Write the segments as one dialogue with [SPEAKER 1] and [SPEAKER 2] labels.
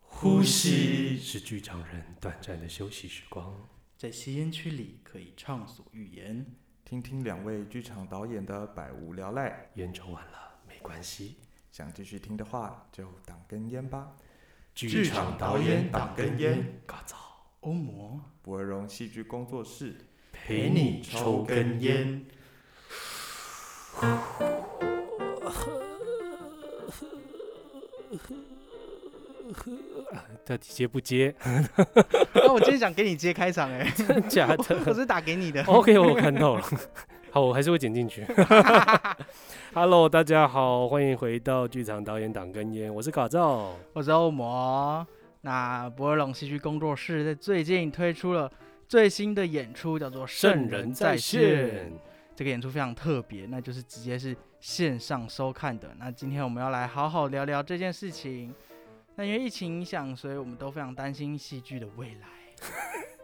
[SPEAKER 1] 呼吸
[SPEAKER 2] 是剧场人短暂的休息时光。
[SPEAKER 1] 在吸烟区里可以畅所欲言。
[SPEAKER 3] 听听两位剧场导演的百无聊赖。
[SPEAKER 2] 烟抽完了没关系，
[SPEAKER 3] 想继续听的话，就挡根烟吧。
[SPEAKER 1] 剧场导演挡根烟，
[SPEAKER 2] 嘎造。
[SPEAKER 1] 欧魔
[SPEAKER 3] 博尔荣戏剧工作室，
[SPEAKER 2] 陪你抽根烟。啊到底接不接？
[SPEAKER 1] 那哦我今天想给你接开场哎、
[SPEAKER 2] 真的假
[SPEAKER 1] 我
[SPEAKER 2] 的哦
[SPEAKER 1] 是打给你的。
[SPEAKER 2] ？OK，我看到了。 好，我还是会剪进去。Hello，大家好，欢迎回到剧场导演党根烟，我是嘎造。
[SPEAKER 1] 我是欧魔。那博尔龙戏剧工作室在最近推出了最新的演出，叫做《
[SPEAKER 2] 圣人
[SPEAKER 1] 人
[SPEAKER 2] 在
[SPEAKER 1] 线
[SPEAKER 2] 线》。。
[SPEAKER 1] 这个演出非常特别，那就是直接是线上收看的。那今天我们要来好好聊聊这件事情。那因为疫情影响，所以我们都非常担心戏剧的未来，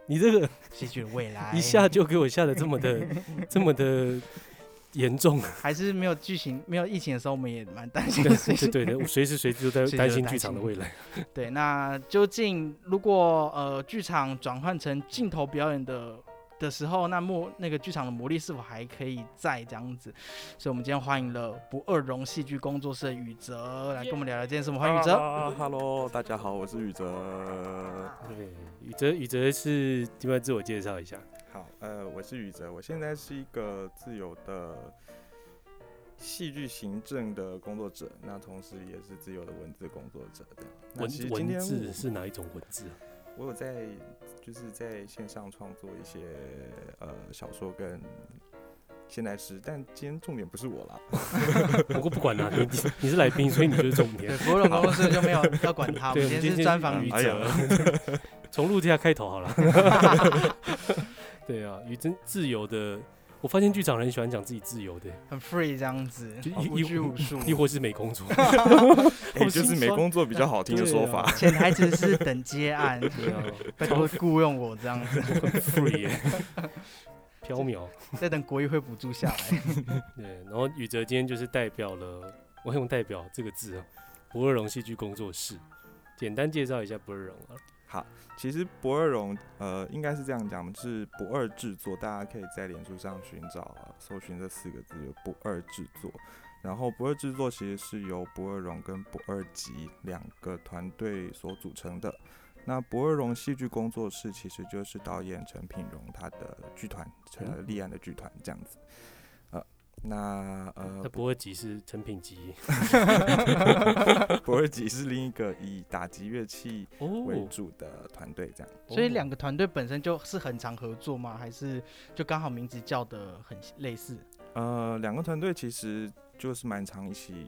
[SPEAKER 2] 你这个
[SPEAKER 1] 戏剧的未 来
[SPEAKER 2] 一下就给我吓得这么 的、这么的严重，
[SPEAKER 1] 还是没有剧情、没有疫情的时候，我们也蛮担心的事
[SPEAKER 2] 对
[SPEAKER 1] 情。
[SPEAKER 2] 对的，我随时随地都在
[SPEAKER 1] 随时都
[SPEAKER 2] 担心
[SPEAKER 1] 担
[SPEAKER 2] 剧场的
[SPEAKER 1] 心
[SPEAKER 2] 未来。
[SPEAKER 1] 对，那究竟如果呃剧场转换成镜头表演的的时候，那魔那个剧场的魔力是否还可以在这样子？所以我们今天欢迎了不二荣戏剧工作室的宇哲来跟我们聊聊这件事。我们欢迎宇哲。
[SPEAKER 3] 啊，Hello，大家好，我是宇哲。
[SPEAKER 2] 对，宇哲，宇哲是要不要自我介绍一下？
[SPEAKER 3] 好，呃，我是宇哲，我现在是一个自由的戏剧行政的工作者，那同时也是自由的文字工作者的。那
[SPEAKER 2] 文
[SPEAKER 3] 其实今
[SPEAKER 2] 文
[SPEAKER 3] 天
[SPEAKER 2] 字
[SPEAKER 3] 我
[SPEAKER 2] 是哪一种文字啊？
[SPEAKER 3] 我有在就是在线上创作一些呃小说跟现代诗，但今天重点不是我啦。
[SPEAKER 2] 不过不管啦、你你你是来宾，所以你就是重点
[SPEAKER 1] 对，。不二荣工作室就没有要管 他，我
[SPEAKER 2] 对，
[SPEAKER 1] 们
[SPEAKER 2] 我们今
[SPEAKER 1] 今天是
[SPEAKER 2] 天
[SPEAKER 1] 专访宇
[SPEAKER 2] 哎
[SPEAKER 1] 哲。
[SPEAKER 2] 呀 从录这下开头好了。对啊，宇真自由的，我发现剧场人喜欢讲自己自由的，
[SPEAKER 1] 很 free 这样子
[SPEAKER 2] 就，
[SPEAKER 1] 毫
[SPEAKER 2] 一
[SPEAKER 1] 不
[SPEAKER 2] 一
[SPEAKER 1] 拘无束。
[SPEAKER 2] 亦或是没工 作。
[SPEAKER 3] 哎、
[SPEAKER 2] 好
[SPEAKER 3] 就是
[SPEAKER 2] 心
[SPEAKER 3] 没
[SPEAKER 2] 酸
[SPEAKER 3] 工作比较好听的说法。
[SPEAKER 1] 潜台词是等接 案，
[SPEAKER 2] 对啊，
[SPEAKER 1] 拜托雇佣我这样子，
[SPEAKER 2] 很 free 耶、缥缈。
[SPEAKER 1] 在等国议会补助下来。
[SPEAKER 2] 对，然后宇哲今天就是代表了，我用“代表”这个字啊，不二荣戏剧工作室。简单介绍一下不二荣啊，
[SPEAKER 3] 其实博二荣，呃，应该是这样讲，是博二制作，大家可以在脸书上寻找、啊，搜寻这四个字，有博二制作。然后博二制作其实是由博二荣跟博二吉两个团队所组成的。那博二荣戏剧工作室其实就是导演陈品荣他的剧团，呃，立案的剧团这样子。呃，那呃
[SPEAKER 2] 那，不二吉是成品吉
[SPEAKER 3] 博二吉是另一个以打击乐器为
[SPEAKER 2] 哦，
[SPEAKER 3] 主的团队这样。
[SPEAKER 1] 所以两个团队本身就是很常合作吗？还是就刚好名字叫的很类似？
[SPEAKER 3] 呃，两个团队其实就是蛮常一起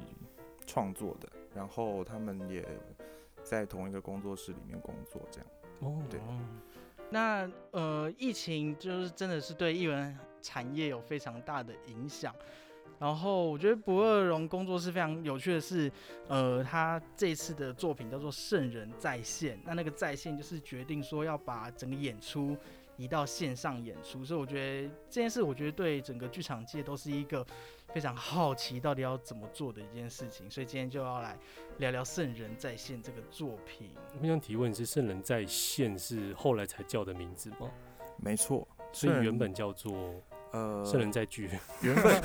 [SPEAKER 3] 创作的，然后他们也在同一个工作室里面工作，这样。
[SPEAKER 2] 哦，
[SPEAKER 3] 对
[SPEAKER 1] 哦。那呃，疫情就是真的是对艺文产业有非常大的影响。然后我觉得不二荣工作室非常有趣的是，呃，他这次的作品叫做《圣人在线》，那那个在线就是决定说要把整个演出移到线上演出，所以我觉得这件事，我觉得对整个剧场界都是一个非常好奇到底要怎么做的一件事情，所以今天就要来聊聊《圣人在线》这个作品。
[SPEAKER 2] 我想提问是圣人在线是后来才叫的名字吗？
[SPEAKER 3] 没错，
[SPEAKER 2] 所以
[SPEAKER 3] 圣
[SPEAKER 2] 原本叫做
[SPEAKER 3] 呃，
[SPEAKER 2] 圣人在剧，
[SPEAKER 3] 原 本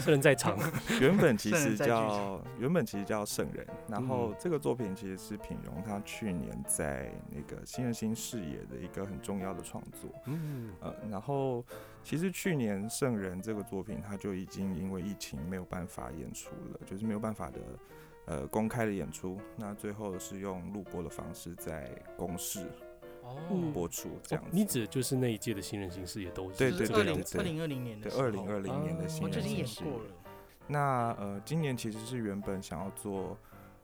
[SPEAKER 2] 圣人在 场。
[SPEAKER 3] 原本其
[SPEAKER 1] 圣人
[SPEAKER 3] 实
[SPEAKER 1] 在剧
[SPEAKER 3] 叫原本其实叫圣人，然后
[SPEAKER 2] 嗯
[SPEAKER 3] 这个作品其实是品荣他去年在那个新人新视野的一个很重要的创作。
[SPEAKER 2] 嗯，
[SPEAKER 3] 呃，然后其实去年《圣人》这个作品，它就已经因为疫情没有办法演出了，就是没有办法的呃公开的演出。那最后是用录播的方式在公视
[SPEAKER 1] 哦
[SPEAKER 2] 嗯
[SPEAKER 3] 播出，这
[SPEAKER 2] 哦
[SPEAKER 3] 样子。
[SPEAKER 2] 你指的就是那一届的新人形式也都是
[SPEAKER 3] 对
[SPEAKER 2] 这
[SPEAKER 3] 对
[SPEAKER 1] 二
[SPEAKER 2] 个
[SPEAKER 3] 对
[SPEAKER 2] 样
[SPEAKER 1] 零
[SPEAKER 2] 子。
[SPEAKER 1] 二零二零年的
[SPEAKER 3] 对，
[SPEAKER 1] 时候
[SPEAKER 3] 二零二零年的新
[SPEAKER 1] 哦我
[SPEAKER 3] 人
[SPEAKER 1] 就已经
[SPEAKER 3] 新
[SPEAKER 1] 演
[SPEAKER 3] 视
[SPEAKER 1] 过
[SPEAKER 3] 野
[SPEAKER 1] 了。
[SPEAKER 3] 那呃，今年其实是原本想要做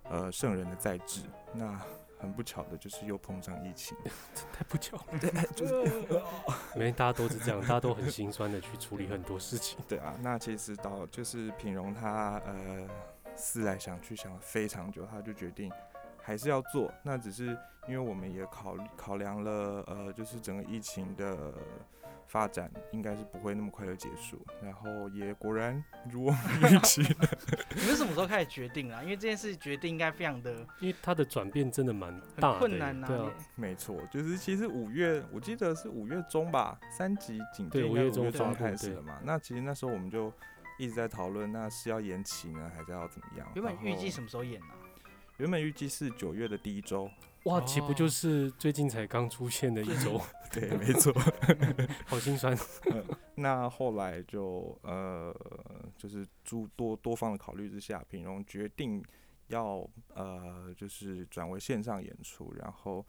[SPEAKER 3] 呃圣人的再制，那很不巧的就是又碰上疫情。
[SPEAKER 2] 太不巧了，没，大家都是这样，大家都很心酸的去处理很多事情。
[SPEAKER 3] 对啊，那其实到就是品荣他呃思来想去想了非常久，他就决定还是要做。那只是因为我们也考虑考量了呃，就是整个疫情的发展应该是不会那么快就结束。然后也果然如我们预期，
[SPEAKER 1] 你们什么时候开始决定啊啦？因为这件事决定应该非常的
[SPEAKER 2] 因为它的转变真的蛮大
[SPEAKER 1] 很
[SPEAKER 2] 的，
[SPEAKER 1] 困难
[SPEAKER 2] 对
[SPEAKER 1] 呐
[SPEAKER 2] 啊，。
[SPEAKER 3] 没错，就是其实五月，我记得是五月中吧，三级警戒
[SPEAKER 2] 对
[SPEAKER 3] 应
[SPEAKER 2] 五
[SPEAKER 3] 该
[SPEAKER 2] 月
[SPEAKER 3] 五
[SPEAKER 2] 中
[SPEAKER 3] 月
[SPEAKER 2] 发
[SPEAKER 3] 中
[SPEAKER 2] 布
[SPEAKER 3] 开始
[SPEAKER 2] 对
[SPEAKER 3] 了嘛。那其实那时候我们就一直在讨论，那是要延期呢，还是要怎么样？
[SPEAKER 1] 原本
[SPEAKER 3] 然
[SPEAKER 1] 预
[SPEAKER 3] 后
[SPEAKER 1] 计什么时候演呢？啊
[SPEAKER 3] 原本预计是九月的第一周，
[SPEAKER 2] 哇，岂不就是最近才刚出现的一周？
[SPEAKER 3] 对，没错。
[SPEAKER 2] 好心酸。
[SPEAKER 3] 那后来就呃，就是诸多多方的考虑之下，品荣决定要呃，就是转为线上演出，然后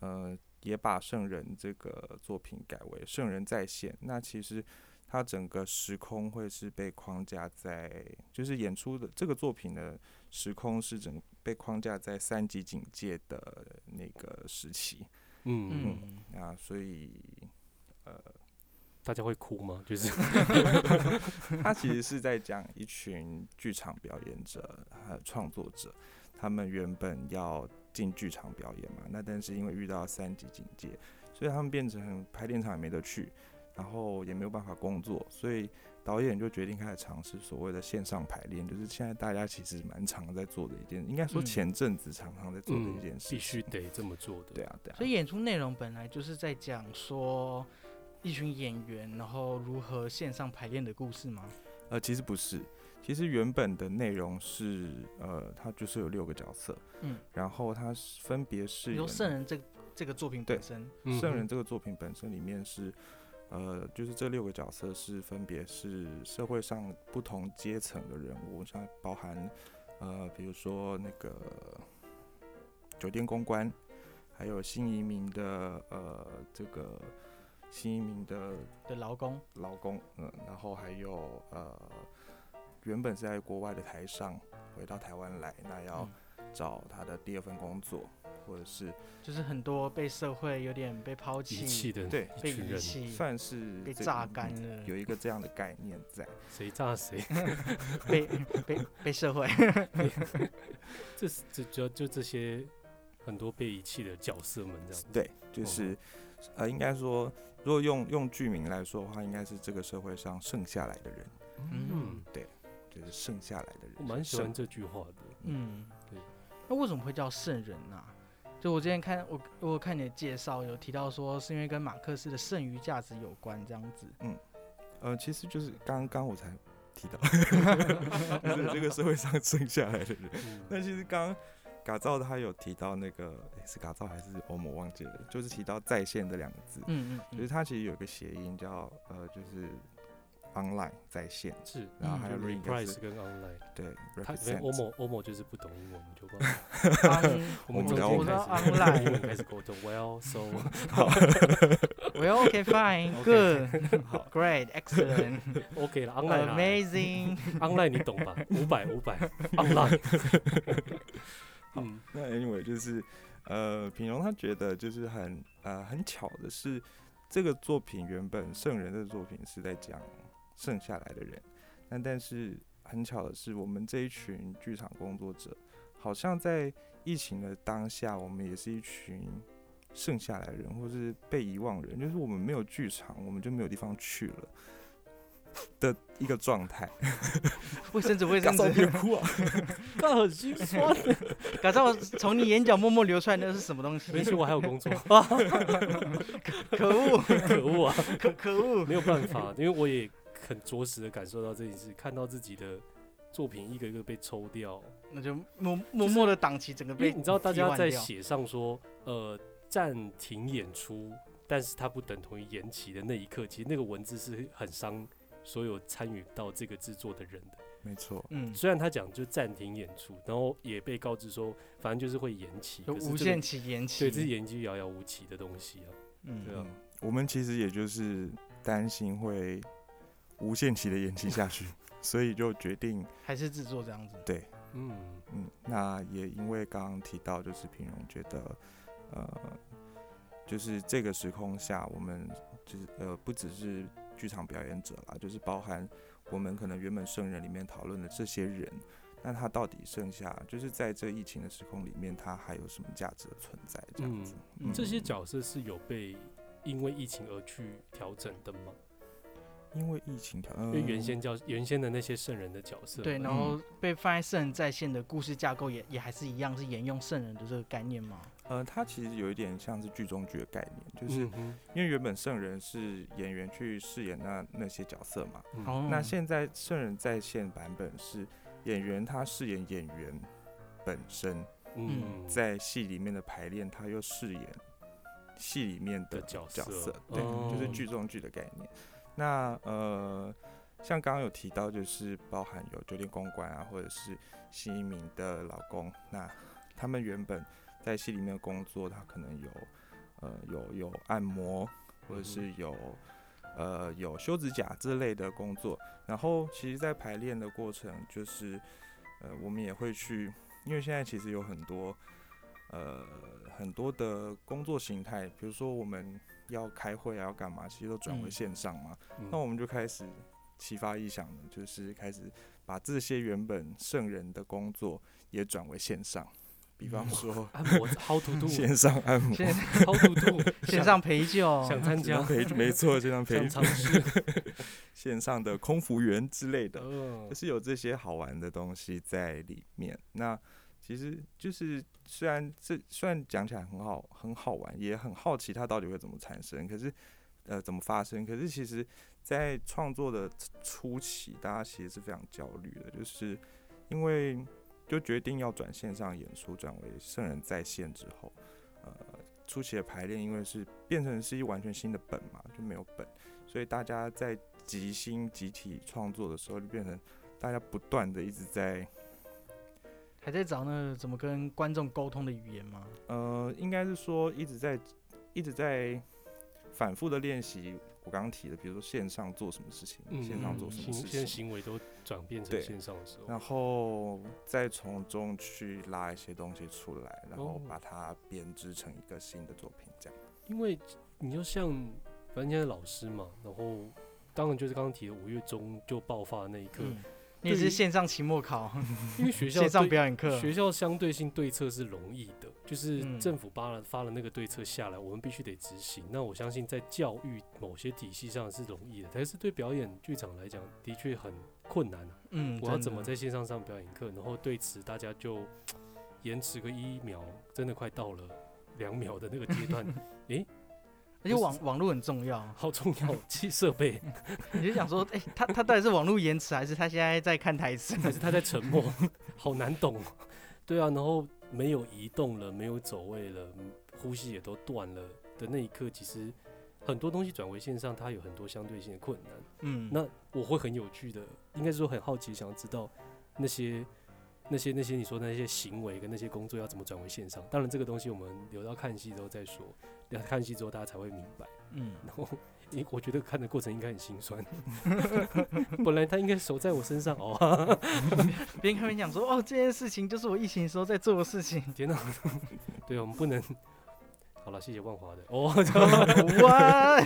[SPEAKER 3] 呃，也把《圣人》这个作品改为《圣人在线》。那其实它整个时空会是被框架在，就是演出的这个作品的时空是整被框架在三级警戒的那个时期
[SPEAKER 2] 嗯，嗯
[SPEAKER 1] 嗯，
[SPEAKER 3] 啊，所以呃。
[SPEAKER 2] 大家会哭吗？就是
[SPEAKER 3] 他其实是在讲一群剧场表演者和创作者，他们原本要进剧场表演嘛，那但是因为遇到三级警戒，所以他们变成排练场也没得去，然后也没有办法工作，所以导演就决定开始尝试所谓的线上排练，就是现在大家其实蛮常在做的一件，应该说
[SPEAKER 1] 嗯
[SPEAKER 3] 前阵子常常 在做的一
[SPEAKER 2] 嗯
[SPEAKER 3] 件，事
[SPEAKER 2] 必
[SPEAKER 3] 情。
[SPEAKER 2] 须得这么做的。
[SPEAKER 3] 对啊，对啊。
[SPEAKER 1] 所以演出内容本来就是在讲说一群演员，然后如何线上排练的故事吗？
[SPEAKER 3] 呃，其实不是，其实原本的内容是，呃，它就是有六个角色，
[SPEAKER 1] 嗯，
[SPEAKER 3] 然后它是分别
[SPEAKER 1] 比
[SPEAKER 3] 是
[SPEAKER 1] 如说《圣人》这这个作品本
[SPEAKER 3] 对
[SPEAKER 1] 身，
[SPEAKER 2] 嗯
[SPEAKER 3] 圣人这个作品本身里面是，呃，就是这六个角色是分别是社会上不同阶层的人物，像包含，呃，比如说那个酒店公关，还有新移民的，呃，这个新移民的
[SPEAKER 1] 的劳工，
[SPEAKER 3] 劳工，嗯，然后还有呃，原本是在国外的台商回到台湾来，那要
[SPEAKER 1] 嗯
[SPEAKER 3] 找他的第二份工作，或者是
[SPEAKER 1] 就是很多被社会有点被抛
[SPEAKER 2] 遗弃
[SPEAKER 1] 弃、
[SPEAKER 2] 的
[SPEAKER 3] 对
[SPEAKER 2] 嗯一
[SPEAKER 1] 被
[SPEAKER 2] 群
[SPEAKER 1] 遗
[SPEAKER 2] 人，
[SPEAKER 1] 弃、
[SPEAKER 3] 算是
[SPEAKER 1] 被
[SPEAKER 3] 这
[SPEAKER 1] 榨
[SPEAKER 3] 嗯
[SPEAKER 1] 干了
[SPEAKER 3] 有一个这样的概念在。
[SPEAKER 2] 谁炸谁？
[SPEAKER 1] 被被 被社会。
[SPEAKER 2] 这是这就就这些很多被遗弃的角色们这样。
[SPEAKER 3] 对，就是、
[SPEAKER 1] 哦
[SPEAKER 3] 呃，应该说，如果用用剧名来说的话，应该是这个社会上剩下来的人，
[SPEAKER 2] 嗯
[SPEAKER 1] 嗯，
[SPEAKER 3] 就是剩下来的人。
[SPEAKER 2] 我蛮喜
[SPEAKER 3] 剩
[SPEAKER 2] 欢这句话的。
[SPEAKER 1] 嗯
[SPEAKER 2] 对，
[SPEAKER 1] 那为什么会叫圣人呢、就我之前看我我有看你的介绍，有提到说是因为跟马克思的剩余价值有关，这样子。
[SPEAKER 3] 呃，其实就是刚刚我才 提到， 就是这个社会上剩下来的人。
[SPEAKER 2] 嗯
[SPEAKER 3] 那其实刚刚嘎造他有提到那个、诶是嘎造还是欧盟忘记了，就是提到在线这两个字，
[SPEAKER 1] 嗯嗯
[SPEAKER 3] 就是
[SPEAKER 1] 嗯，
[SPEAKER 3] 它其实有一个谐音叫呃，就是 online 在线，
[SPEAKER 2] 是，
[SPEAKER 3] 然后
[SPEAKER 1] 嗯
[SPEAKER 3] 还有
[SPEAKER 2] 就
[SPEAKER 3] 另一个
[SPEAKER 2] reprise
[SPEAKER 3] 是
[SPEAKER 2] 跟 online，
[SPEAKER 3] 对
[SPEAKER 2] 他欧
[SPEAKER 3] represent，
[SPEAKER 2] 某欧某就是不懂英文，我们就忘了
[SPEAKER 1] 嗯
[SPEAKER 2] 我
[SPEAKER 3] 我
[SPEAKER 2] 们
[SPEAKER 3] 们
[SPEAKER 2] 中
[SPEAKER 3] 聊
[SPEAKER 2] 间
[SPEAKER 3] 我
[SPEAKER 2] 开
[SPEAKER 1] 们
[SPEAKER 2] 始
[SPEAKER 1] online
[SPEAKER 2] 英文开始沟通。Well, so
[SPEAKER 1] Um, well, okay, fine,
[SPEAKER 2] Okay.
[SPEAKER 1] good, great, excellent,
[SPEAKER 2] OK
[SPEAKER 1] 呃
[SPEAKER 2] 了，online 啦
[SPEAKER 1] amazing。
[SPEAKER 2] online 你懂 吧？五百五百 online。嗯，
[SPEAKER 3] 那 anyway 就是呃，品荣他觉得就是很呃很巧的是，这个作品原本圣人的作品是在讲剩下来的人，那但是很巧的是，我们这一群剧场工作者，好像在疫情的当下，我们也是一群剩下来的人，或是被遗忘人，就是我们没有剧场，我们就没有地方去了。的一个状 态，
[SPEAKER 1] 卫生纸，卫生
[SPEAKER 3] 别
[SPEAKER 1] 纸，
[SPEAKER 3] 哭啊！
[SPEAKER 2] 那很心酸。
[SPEAKER 1] 搞到我从你眼角默默流出来那是什么东 西？
[SPEAKER 2] 没事，我还有 工作。
[SPEAKER 1] 可恶，
[SPEAKER 2] 可恶啊！
[SPEAKER 1] 可可恶。
[SPEAKER 2] 没有办 法，因为我也很着实的感受到这件事，看到自己的作品一个一个被抽掉。
[SPEAKER 1] 那就默默默的档期整个
[SPEAKER 2] 因为
[SPEAKER 1] 被
[SPEAKER 2] 你知道，大家在
[SPEAKER 1] 替换掉
[SPEAKER 2] 写上说，呃，暂停演出，但是它不等同于延期的那一刻，其实那个文字是很伤所有参与到这个制作的人的。
[SPEAKER 3] 没错，
[SPEAKER 1] 嗯，
[SPEAKER 2] 虽然他讲就暂停演出，然后也被告知说，反正就是会延期，
[SPEAKER 1] 就
[SPEAKER 2] 可是这
[SPEAKER 1] 无
[SPEAKER 2] 个
[SPEAKER 1] 限期延期。
[SPEAKER 2] 对，这是延期遥遥无期的东西啊。对
[SPEAKER 1] 嗯，
[SPEAKER 2] 啊
[SPEAKER 3] 嗯，我们其实也就是担心会无限期的延期 下去，所以就决定，
[SPEAKER 1] 还是制作这样子。
[SPEAKER 2] 嗯，
[SPEAKER 3] 嗯，那也因为刚刚提到，就是平荣觉得，呃，就是这个时空下，我们就是呃，不只是剧场表演者啦，就是包含我们可能原本圣人里面讨论的这些人，那他到底剩下，就是在这疫情的时空里面，他还有什么价值的存在？这样子，
[SPEAKER 1] 嗯
[SPEAKER 2] 这些角色是有被因为疫情而去调整的吗？
[SPEAKER 3] 因为疫情呃调，因
[SPEAKER 2] 因为原先叫原先的那些圣人的角色嘛，
[SPEAKER 1] 对，然
[SPEAKER 2] 嗯
[SPEAKER 1] 后被放在圣人在线的故事架构也也还是一样，是沿用圣人的这个概念吗？
[SPEAKER 3] 呃，它其实有一点像是剧中剧的概念，就是
[SPEAKER 2] 嗯哼
[SPEAKER 3] 因为原本圣人是演员去饰演那那些角色嘛，
[SPEAKER 2] 嗯
[SPEAKER 1] 哦，
[SPEAKER 3] 那现在圣人在线版本是演员他饰演演员本身，
[SPEAKER 2] 嗯
[SPEAKER 3] 在戏里面的排练他又饰演戏里面的
[SPEAKER 2] 的角
[SPEAKER 3] 角色
[SPEAKER 2] 色，，
[SPEAKER 3] 对，就是
[SPEAKER 2] 哦
[SPEAKER 3] 剧中剧的概念。那呃，像刚刚有提到，就是包含有酒店公关啊，或者是新一鸣的老公，那他们原本在戏里面的工作，他可能有呃有有按摩，或
[SPEAKER 2] 嗯
[SPEAKER 3] 者是有。呃，有修指甲这类的工作，然后其实，在排练的过程，就是呃，我们也会去，因为现在其实有很多呃很多的工作形态，比如说我们要开会啊，要干嘛，其实都转为
[SPEAKER 1] 嗯
[SPEAKER 3] 线上嘛。
[SPEAKER 2] 嗯
[SPEAKER 3] 那我们就开始启发异想了，就是开始把这些原本圣人的工作也转为线上，比方
[SPEAKER 1] 嗯
[SPEAKER 3] 说
[SPEAKER 2] 按摩啊 how to do
[SPEAKER 3] 线上按摩。
[SPEAKER 1] 线
[SPEAKER 2] how to do
[SPEAKER 1] 线上陪酒，
[SPEAKER 2] 想参
[SPEAKER 3] 线上
[SPEAKER 2] 加
[SPEAKER 3] 培没错， 线上培
[SPEAKER 2] 想尝试，
[SPEAKER 3] 线上的空服员之类的，
[SPEAKER 1] 哦
[SPEAKER 2] 嗯
[SPEAKER 3] 就是有这些好玩的东西在里面。那其实就是虽然这虽然讲起来很好很好玩，也很好奇它到底会怎么产生，可是呃怎么发生？可是其实，在创作的初期，大家其实是非常焦虑的，就是因为就决定要转线上演出，转为圣人在线之后，呃。初期的排练，因为是变成是一完全新的本嘛，就没有本，所以大家在即兴集体创作的时候，就变成大家不断的一直在，
[SPEAKER 1] 还在找那个怎么跟观众沟通的语言吗？
[SPEAKER 3] 呃，应该是说一直在一直在反复的练习。我刚刚提的，比如说线上做什么事情，
[SPEAKER 2] 嗯
[SPEAKER 3] 线上做什么
[SPEAKER 2] 行
[SPEAKER 3] 事
[SPEAKER 2] 现在
[SPEAKER 3] 情，
[SPEAKER 2] 行为都转变成
[SPEAKER 3] 对
[SPEAKER 2] 线上的时候，
[SPEAKER 3] 然后再从中去拉一些东西出来，然后
[SPEAKER 2] 哦
[SPEAKER 3] 把它编织成一个新的作品，这样。
[SPEAKER 2] 因为你就像反正现在老师嘛，然后当然就是刚刚提的五月中就爆发的那一刻，
[SPEAKER 1] 嗯，你也是线上期末考，
[SPEAKER 2] 因为学校
[SPEAKER 1] 线上
[SPEAKER 2] 对
[SPEAKER 1] 表演课，
[SPEAKER 2] 学校相对性对策是容易的，就是
[SPEAKER 1] 嗯
[SPEAKER 2] 政府发了发了那个对策下来，我们必须得执行。那我相信在教育某些体系上是容易的，但是对表演剧场来讲，的确很困难、啊。
[SPEAKER 1] 嗯，
[SPEAKER 2] 我要
[SPEAKER 1] 真
[SPEAKER 2] 怎么
[SPEAKER 1] 的
[SPEAKER 2] 在线上上表演课？然后对此大家就延迟个一秒，真的快到了两秒的那个阶 段，
[SPEAKER 1] 而且网网络很重要，
[SPEAKER 2] 好重要，器设备，
[SPEAKER 1] 你就想说，哎、他他到底是网络延迟，还是他现在在看台词？
[SPEAKER 2] 还是他在沉默，好难懂哦。对啊，然后没有移动了，没有走位了，嗯呼吸也都断了的那一刻，其实很多东西转为线上，它有很多相对性的困难。
[SPEAKER 1] 嗯，
[SPEAKER 2] 那我会很有趣的，应该是说很好奇，想要知道那些。那些那些你说那些行为跟那些工作要怎么转为线上？当然这个东西我们留到看戏之后再说，要看戏之后大家才会明白。
[SPEAKER 1] 嗯，
[SPEAKER 2] 然后，因我觉得看的过程应该很心酸。 本来他应该守在我身上哦，
[SPEAKER 1] 别人跟你讲说，哦，这件事情就是我疫情的时候在做的事情。
[SPEAKER 2] 天哪！ 对，我们不能。好了，谢谢万华的哦。
[SPEAKER 1] 哇，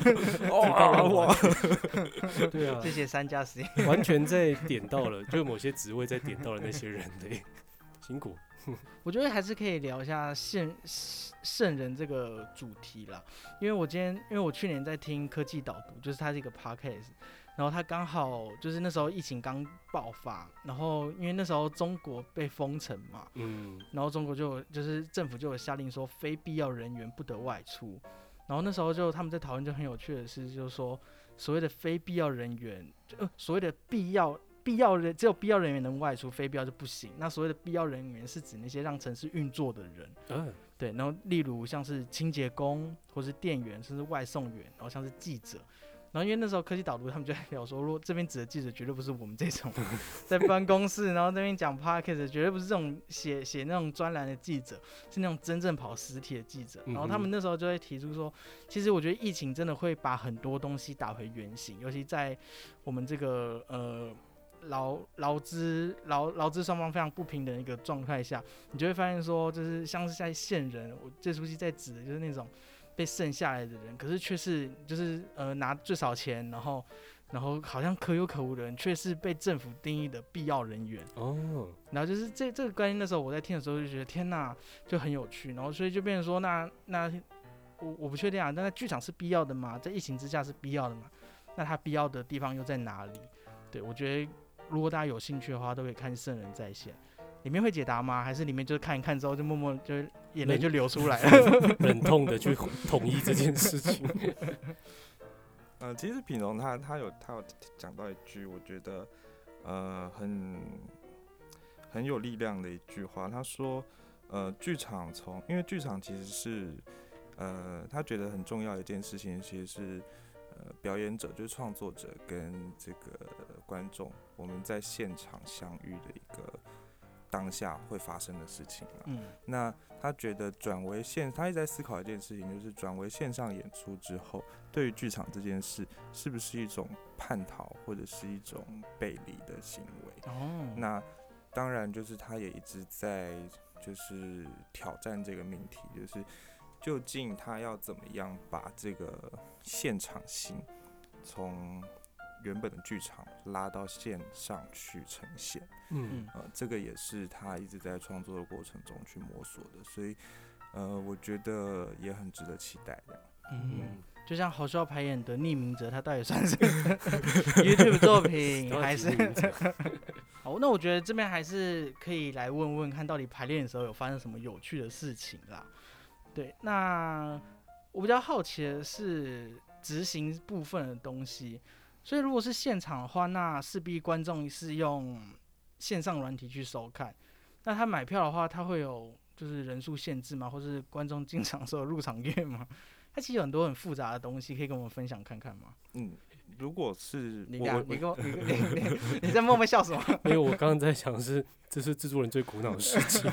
[SPEAKER 2] 哇， 对啊
[SPEAKER 1] 谢，谢三加十一。
[SPEAKER 2] 完全在点到了，就某些职位在点到了那些人的辛苦。
[SPEAKER 1] 我觉得还是可以聊一下圣圣人这个主题啦，因为我今天，因为我去年在听科技导读，就是它是一个 podcast，然后它刚好就是那时候疫情刚爆发，然后因为那时候中国被封城嘛，
[SPEAKER 2] 嗯，
[SPEAKER 1] 然后中国就有就是政府就有下令说非必要人员不得外出，然后那时候就他们在讨论就很有趣的是，就是说所谓的非必要人员，就、呃、所谓的必要必要人只有必要人员能外出，非必要就不行。那所谓的必要人员是指那些让城市运作的人，
[SPEAKER 2] 嗯
[SPEAKER 1] 对，然后例如像是清洁工或是店员，甚至外送员，然后像是记者。然后因为那时候科技导读他们就在聊说，如果这边指的记者绝对不是我们这 种在办公室，然后那边讲 podcast，绝对不是这种写写那种专栏的记者，是那种真正跑实体的记者。然后他
[SPEAKER 2] 嗯
[SPEAKER 1] 们
[SPEAKER 2] 哼
[SPEAKER 1] 那时候就会提出说，其实我觉得疫情真的会把很多东西打回原形，尤其在我们这个呃劳劳资劳劳资双方非常不平等的一个状态下，你就会发现说，就是像是在线人，我这出戏在指的就是那种被剩下来的人，可是却是就是呃拿最少钱，然后然后好像可有可无的人，却是被政府定义的必要人员。
[SPEAKER 2] 哦，
[SPEAKER 1] 然后就是这这个观念，那时候我在听的时候就觉得天呐，就很有趣。然后所以就变成说那，那我我不确定啊，但在剧场是必要的嘛，在疫情之下是必要的嘛，那它必要的地方又在哪里？对我觉得如果大家有兴趣的话，都可以看《圣人在线》，里面会解答吗？还是里面就是看一看之后就默默就眼泪就流出 来了？
[SPEAKER 2] 忍痛的去统一这件事情。
[SPEAKER 3] 呃，其实品荣他他有他有讲到一句，我觉得呃很很有力量的一句话。他说，呃，剧场从因为剧场其实是呃他觉得很重要的一件事情，其实是呃表演者就是创作者跟这个观众我们在现场相遇的一个当下会发生的事情啊。
[SPEAKER 1] 嗯
[SPEAKER 3] 那他觉得转为线，他一直在思考一件事情，就是转为线上演出之后，对于剧场这件事，是不是一种叛逃或者是一种背离的行为？
[SPEAKER 1] 哦，
[SPEAKER 3] 那当然，就是他也一直在就是挑战这个命题，就是究竟他要怎么样把这个现场性从原本的剧场拉到线上去呈现。
[SPEAKER 2] 嗯
[SPEAKER 1] 嗯
[SPEAKER 3] 呃，这个也是他一直在创作的过程中去摸索的，所以呃，我觉得也很值得期待的。
[SPEAKER 1] 嗯
[SPEAKER 2] 嗯，，
[SPEAKER 1] 就像好笑排演的匿名者，他到 底算是 YouTube 作品
[SPEAKER 2] 都要
[SPEAKER 1] 还
[SPEAKER 2] 提
[SPEAKER 1] 是
[SPEAKER 2] 这？个名字啊
[SPEAKER 1] 好，那我觉得这边还是可以来问问看，到底排练的时候有发生什么有趣的事情啦。对，那我比较好奇的是执行部分的东西，所以如果是现场的话，那势必观众是用线上软体去收看。那他买票的话，他会有就是人数限制吗？或是观众进场的时候有入场乐吗？它其实有很多很复杂的东西，可以跟我们分享看看吗？
[SPEAKER 3] 嗯，如果是
[SPEAKER 1] 你
[SPEAKER 3] 我
[SPEAKER 1] 俩
[SPEAKER 3] 我，
[SPEAKER 1] 你跟我，你你你 你在默默笑什么？
[SPEAKER 2] 因为我刚刚在想是，这是制作人最苦恼的事情，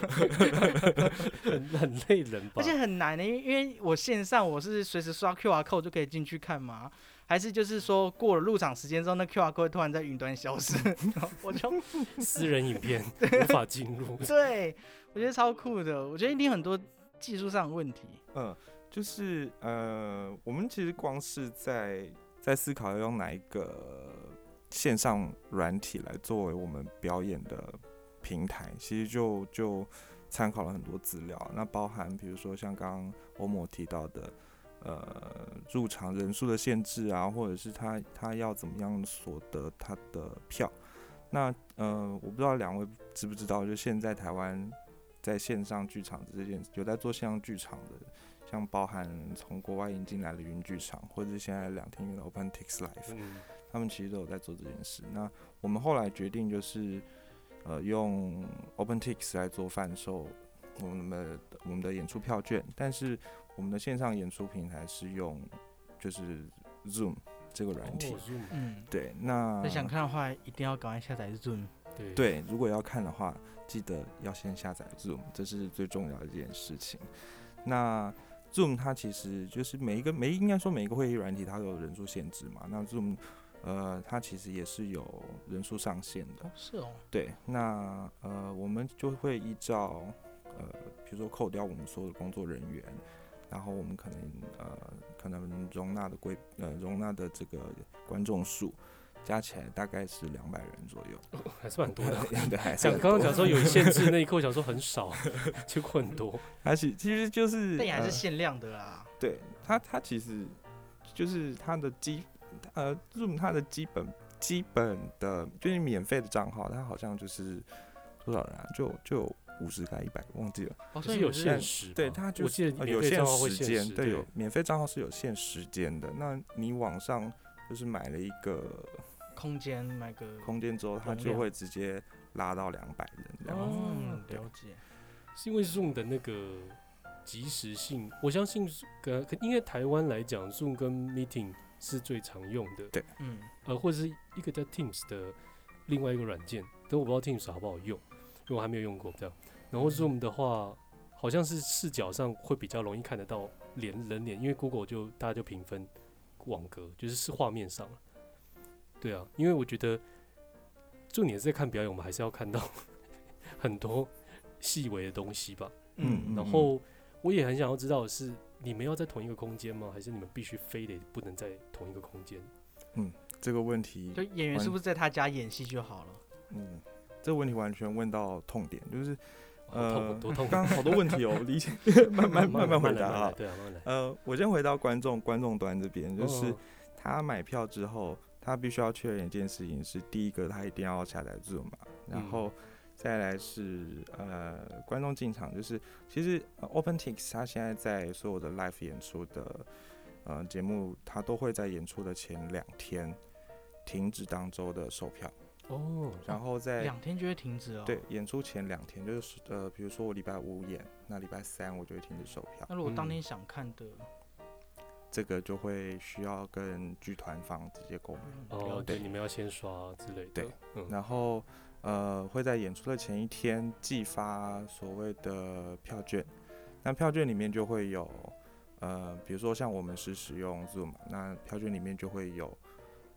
[SPEAKER 2] 很很累人吧
[SPEAKER 1] 而？且很难的、欸因为因为我线上我是随时刷 QR code 就可以进去看嘛，还是就是说过了入场时间之后，那 QR code 会突然在云端消失，然后我就
[SPEAKER 2] 私人影片无法进入。
[SPEAKER 1] 对我觉得超酷的，我觉得一定很多技术上的问题。
[SPEAKER 3] 嗯、就是呃，我们其实光是在在思考要用哪一个线上软体来作为我们表演的平台，其实就就参考了很多资料，那包含比如说像刚刚欧某提到的。呃，入场人数的限制啊，或者是他他要怎么样所得他的票？那呃，我不知道两位知不知道，就现在台湾在线上剧场这件有在做线上剧场的，像包含从国外引进来的云剧场，或者是现在两天院的 OpenTix Live，
[SPEAKER 2] 嗯，
[SPEAKER 3] 他们其实都有在做这件事。那我们后来决定就是，呃，用 OpenTix 来做贩售我们的我们的演出票券，但是我们的线上演出平台是用就是 Zoom 这个软体。
[SPEAKER 2] 哦，Zoom，
[SPEAKER 1] 嗯，
[SPEAKER 3] 对，那
[SPEAKER 1] 那想看的话，一定要赶快下载 Zoom。
[SPEAKER 2] 对对，
[SPEAKER 3] 对，如果要看的话，记得要先下载 Zoom，这是最重要的一件事情。那 Zoom 它其实就是每一个每应该说每一个会议软体它都有人数限制嘛，那 Zoom 呃它其实也是有人数上限的
[SPEAKER 1] 哦。，是哦，
[SPEAKER 3] 对，那呃我们就会依照呃比如说扣掉我们所有的工作人员，然后我们可能呃可能容纳的规呃容纳的这个观众数加起来大概是两百人左右。
[SPEAKER 2] 还是蛮多的。
[SPEAKER 3] 对，还是
[SPEAKER 2] 想
[SPEAKER 3] 很
[SPEAKER 2] 刚刚
[SPEAKER 3] 多哦
[SPEAKER 2] 讲说有限制那一刻，我想说很少， 结果很多。
[SPEAKER 3] 它其其实就是，
[SPEAKER 1] 但也还是
[SPEAKER 3] 呃
[SPEAKER 1] 限量的啦。
[SPEAKER 3] 对它它其实就是它的基呃 Zoom 它的基本基本的就是免费的账号，它好像就是多少人啊？就就五十个一百个忘记了。
[SPEAKER 2] 可
[SPEAKER 1] 哦，所以
[SPEAKER 2] 是
[SPEAKER 1] 你
[SPEAKER 2] 有
[SPEAKER 1] 们是
[SPEAKER 2] 限时吧，
[SPEAKER 3] 对它就
[SPEAKER 2] 我记
[SPEAKER 3] 呃
[SPEAKER 2] 得
[SPEAKER 3] 有
[SPEAKER 2] 免费账号会
[SPEAKER 3] 时间，
[SPEAKER 2] 时，
[SPEAKER 3] 有免费账号是有限时间的。那你网上就是买了一个
[SPEAKER 1] 空间买个
[SPEAKER 3] 空间之后，它
[SPEAKER 2] 容
[SPEAKER 3] 就
[SPEAKER 2] 量哦
[SPEAKER 3] 会直接拉到两百人这样。
[SPEAKER 1] 嗯，
[SPEAKER 2] 对
[SPEAKER 1] 了解。
[SPEAKER 2] 是因为 Zoom 的那个及时性，我相信呃，可因为台湾来讲，Zoom 跟 Meeting 是最常用的，
[SPEAKER 1] 嗯，
[SPEAKER 2] 呃，或者是一个叫 Teams 的另外一个软件，但我不知道 Teams 好不好用，因为我还没有用过这样。然后
[SPEAKER 1] 嗯
[SPEAKER 2] Zoom 的话，好像是视角上会比较容易看得到脸人脸，因为 Google 就大家就评分网格，就是是画面上了。对啊，因为我觉得重点是在看表演，我们还是要看到 很多细微的东西吧。
[SPEAKER 3] 嗯
[SPEAKER 2] 然后我也很想要知道的是，你们要在同一个空间吗？还是你们必须非得不能在同一个空间？
[SPEAKER 3] 这个问题
[SPEAKER 1] 就演员是不是在他家演戏就好了？
[SPEAKER 3] 嗯，这个问题完全问到痛点，就是
[SPEAKER 2] 好痛，
[SPEAKER 3] 呃
[SPEAKER 2] 多痛，
[SPEAKER 3] 刚刚 好多问题哦，我理解，慢慢慢慢
[SPEAKER 2] 慢
[SPEAKER 3] 回
[SPEAKER 2] 来
[SPEAKER 3] 答
[SPEAKER 2] 慢来
[SPEAKER 3] 啊。
[SPEAKER 2] 对啊，慢慢来。
[SPEAKER 3] 呃，我先回到观众观众端这边，就是
[SPEAKER 2] 哦
[SPEAKER 3] 他买票之后，他必须要确认一件事情是：第一个，他一定要下载 Zoom 嘛，然
[SPEAKER 2] 嗯
[SPEAKER 3] 后再来是呃观众进场，就是其实、呃 OpenTix 它现在在所有的 live 演出的呃节目，它都会在演出的前两天停止当周的售票，
[SPEAKER 2] 哦，
[SPEAKER 3] 然后在
[SPEAKER 1] 两天就会停止哦。
[SPEAKER 3] 对，演出前两天，就是呃，比如说我礼拜五演，那礼拜三我就会停止售票，
[SPEAKER 1] 那如果当
[SPEAKER 2] 嗯
[SPEAKER 1] 天想看的，
[SPEAKER 3] 这个就会需要跟剧团方直接购买。
[SPEAKER 1] 嗯
[SPEAKER 2] 哦
[SPEAKER 1] 了，
[SPEAKER 2] 对，
[SPEAKER 1] 解
[SPEAKER 2] 你们要先刷之类的。
[SPEAKER 3] 对，
[SPEAKER 2] 嗯，
[SPEAKER 3] 然后呃，会在演出的前一天寄发所谓的票券，那票券里面就会有呃，比如说像我们是使用 Zoom，嘛那票券里面就会有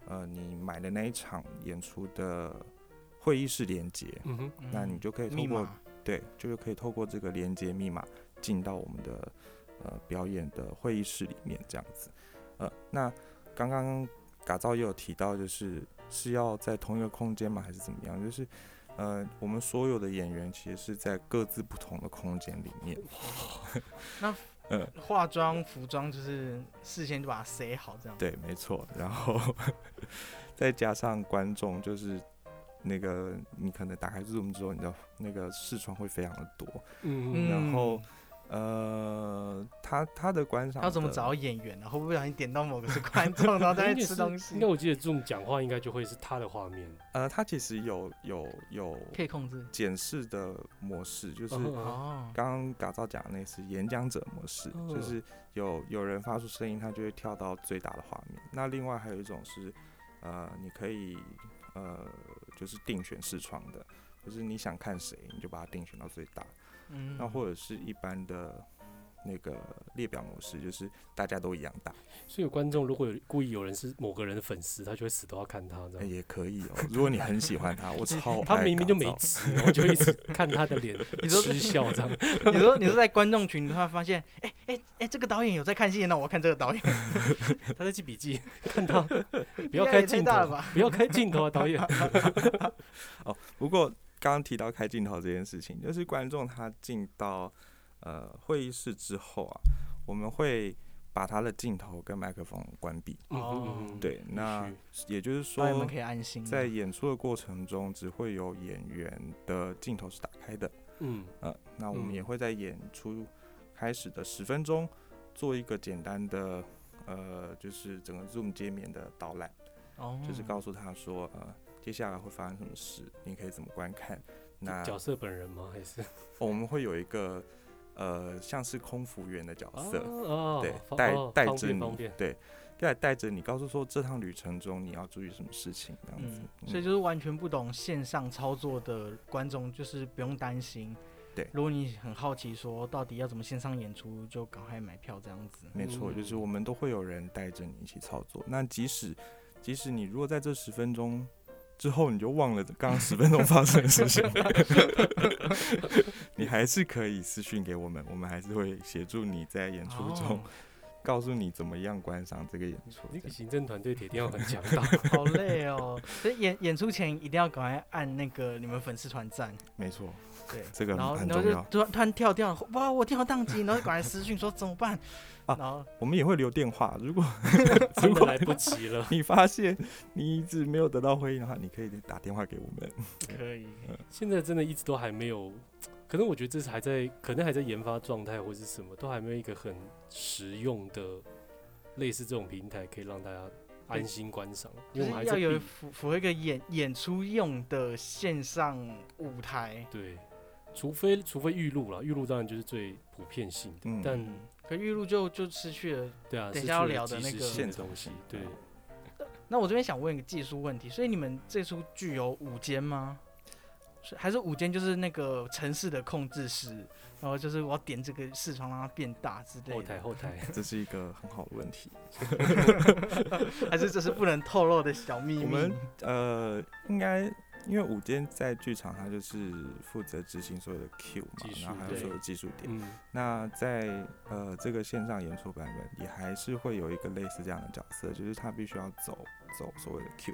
[SPEAKER 3] 呃你买的那一场演出的会议室连接，
[SPEAKER 2] 嗯哼，
[SPEAKER 3] 那你
[SPEAKER 1] 嗯
[SPEAKER 3] 就可以透
[SPEAKER 1] 密
[SPEAKER 3] 过
[SPEAKER 1] 码
[SPEAKER 3] 对，就是可以透过这个连接密码进到我们的呃表演的会议室里面这样子。呃，那刚刚嘎造也有提到，就是是要在同一个空间吗，还是怎么样？就是呃，我们所有的演员其实是在各自不同的空间里面。嗯
[SPEAKER 1] 化妆、服装就是事先就把它塞好这样。
[SPEAKER 3] 对，没错。然后 再加上观众，就是那个你可能打开 Zoom 之后，你的那个视窗会非常的多。
[SPEAKER 2] 嗯嗯，
[SPEAKER 3] 然后呃，他他的观赏
[SPEAKER 1] 他要怎么
[SPEAKER 3] 的
[SPEAKER 1] 找到演员呢、会不会不小心点到某个是观众，然后在那边吃东
[SPEAKER 2] 应
[SPEAKER 1] 西
[SPEAKER 2] 该？我记得 Zoom 讲话应该就会是他的画面，
[SPEAKER 3] 呃，它其实有有有
[SPEAKER 1] 可以控制
[SPEAKER 3] 检视的模式，就是
[SPEAKER 2] 嗯
[SPEAKER 3] 刚
[SPEAKER 2] 哼
[SPEAKER 1] 哦，
[SPEAKER 3] 刚打造讲的那是演讲者模式，
[SPEAKER 2] 哦
[SPEAKER 3] 就是有有人发出声音，它就会跳到最大的画面。那另外还有一种是，呃，你可以呃就是定选视窗的，就是你想看谁，你就把它定选到最大。
[SPEAKER 1] 嗯，
[SPEAKER 3] 那或者是一般的那个列表模式，就是大家都一样大，
[SPEAKER 2] 所以有观众如果有故意有人是某个人的粉丝，他就会死都要看他这
[SPEAKER 3] 哎
[SPEAKER 2] 样。
[SPEAKER 3] 也可以 哦。如果你很喜欢他，我超
[SPEAKER 2] 他
[SPEAKER 3] 爱
[SPEAKER 2] 明明
[SPEAKER 3] 打
[SPEAKER 2] 就没
[SPEAKER 3] 造
[SPEAKER 2] 吃，然后就一直看他的脸
[SPEAKER 1] 你说
[SPEAKER 2] 失笑这样。
[SPEAKER 1] 你说你说在观众群，你突然发现，哎哎哎，这个导演有在看戏，那我要看这个导演，
[SPEAKER 2] 他在记笔记，看他不要
[SPEAKER 1] 压力
[SPEAKER 2] 开
[SPEAKER 1] 太
[SPEAKER 2] 镜头
[SPEAKER 1] 大了吧，
[SPEAKER 2] 不要开镜头啊，导演。
[SPEAKER 3] 不过刚刚提到开镜头这件事情，就是观众他进到呃会议室之后啊，我们会把他的镜头跟麦克风关闭。
[SPEAKER 2] 嗯
[SPEAKER 1] 哦
[SPEAKER 2] 嗯嗯嗯
[SPEAKER 3] 对，那
[SPEAKER 2] 必
[SPEAKER 3] 也就是
[SPEAKER 2] 哦
[SPEAKER 1] 导哎演们
[SPEAKER 3] 说
[SPEAKER 1] 可，以安心了。
[SPEAKER 3] 在演出的过程中，只会有演员的镜头是打开的。
[SPEAKER 2] 嗯，
[SPEAKER 3] 呃，那我们
[SPEAKER 2] 嗯
[SPEAKER 3] 也会在演出开始的十分钟做一个简单的呃，就是整个 Zoom 界面的导览。
[SPEAKER 1] 哦，
[SPEAKER 2] 嗯
[SPEAKER 3] 就是告诉他说，呃，接下来会发生什么事，你可以怎么观看。那、
[SPEAKER 2] 角色本人吗？还是
[SPEAKER 3] 哦我们会有一个呃，像是空服员的角色，
[SPEAKER 1] 啊
[SPEAKER 2] 哦，
[SPEAKER 3] 对，
[SPEAKER 2] 方
[SPEAKER 3] 带
[SPEAKER 2] 哦
[SPEAKER 3] 带
[SPEAKER 2] 方
[SPEAKER 3] 着
[SPEAKER 2] 便
[SPEAKER 3] 你
[SPEAKER 2] 方便，
[SPEAKER 3] 对，带带着你，告诉说这趟旅程中你要注意什么事情，这样子。
[SPEAKER 1] 嗯，所以就是完全不懂线上操作的观众，就是不用担心。
[SPEAKER 3] 对
[SPEAKER 1] 如果你很好奇说到底要怎么线上演出，就赶快买票这样子。
[SPEAKER 3] 没错，
[SPEAKER 1] 嗯
[SPEAKER 3] 就是我们都会有人带着你一起操作。那即使即使你如果在这十分钟之后你就忘了刚刚十分钟发生的事情， 你还是可以私讯给我们，我们还是会协助你在演出中、
[SPEAKER 1] 哦
[SPEAKER 3] 告诉你怎么样观赏这个演出。
[SPEAKER 2] 那
[SPEAKER 3] 这
[SPEAKER 2] 个
[SPEAKER 3] 样
[SPEAKER 2] 行政团队铁定要很强 大。
[SPEAKER 1] 好累哦， 所以演演出前一定要赶快按那个你们粉丝团赞，
[SPEAKER 3] 没错，
[SPEAKER 1] 对，
[SPEAKER 3] 这个
[SPEAKER 1] 然后
[SPEAKER 3] 很
[SPEAKER 1] 然后
[SPEAKER 3] 重
[SPEAKER 1] 就
[SPEAKER 3] 要。
[SPEAKER 1] 突然突然跳掉，哇，我跳到宕机，然后赶快私讯说怎么办，
[SPEAKER 3] 啊
[SPEAKER 1] 然后
[SPEAKER 3] 我们也会留电话，如果
[SPEAKER 2] 真的来不及了。
[SPEAKER 3] 你发现你一直没有得到回应的话，你可以打电话给我们。
[SPEAKER 1] 可以，
[SPEAKER 3] 嗯
[SPEAKER 2] 现在真的一直都还没有，可能我觉得这是还在，可能还在研发状态或是什么，都还没有一个很实用的类似这种平台可以让大家安心观赏，
[SPEAKER 3] 嗯
[SPEAKER 2] 因为
[SPEAKER 1] 就
[SPEAKER 2] 我
[SPEAKER 1] 是
[SPEAKER 2] 们还在
[SPEAKER 1] 要
[SPEAKER 2] 避
[SPEAKER 1] 有符符合一个演演出用的线上舞台，
[SPEAKER 2] 对，除非除非预录了，预录当然就是最普遍性的，
[SPEAKER 3] 嗯
[SPEAKER 2] 但
[SPEAKER 1] 嗯，可预录就就失去了。
[SPEAKER 2] 对啊，
[SPEAKER 1] 等一
[SPEAKER 2] 是
[SPEAKER 1] 下要
[SPEAKER 2] 除了
[SPEAKER 1] 聊的
[SPEAKER 2] 即
[SPEAKER 1] 那
[SPEAKER 2] 时
[SPEAKER 1] 个
[SPEAKER 2] 性
[SPEAKER 3] 现
[SPEAKER 2] 的
[SPEAKER 3] 场
[SPEAKER 2] 东西
[SPEAKER 3] 性，
[SPEAKER 2] 对，
[SPEAKER 3] 嗯
[SPEAKER 1] 那我这边想问一个技术问题，所以你们这出剧有五间吗？是还是五间就是那个城市的控制室，然后就是我要点这个视窗让它变大之类
[SPEAKER 2] 后
[SPEAKER 1] 的
[SPEAKER 2] 台，后台，
[SPEAKER 3] 这是一个很好的问题。
[SPEAKER 1] 还是这是不能透露的小
[SPEAKER 2] 嗯
[SPEAKER 1] 秘 密？
[SPEAKER 3] 我们呃，应该因为午间在剧场，他就是负责执行所有的 Q 嘛
[SPEAKER 2] 技，术
[SPEAKER 3] 然后还有所
[SPEAKER 1] 对
[SPEAKER 3] 有的技术点。
[SPEAKER 2] 嗯，
[SPEAKER 3] 那在呃这个线上演出版本，也还是会有一个类似这样的角色，就是他必须要走走所谓的 Q。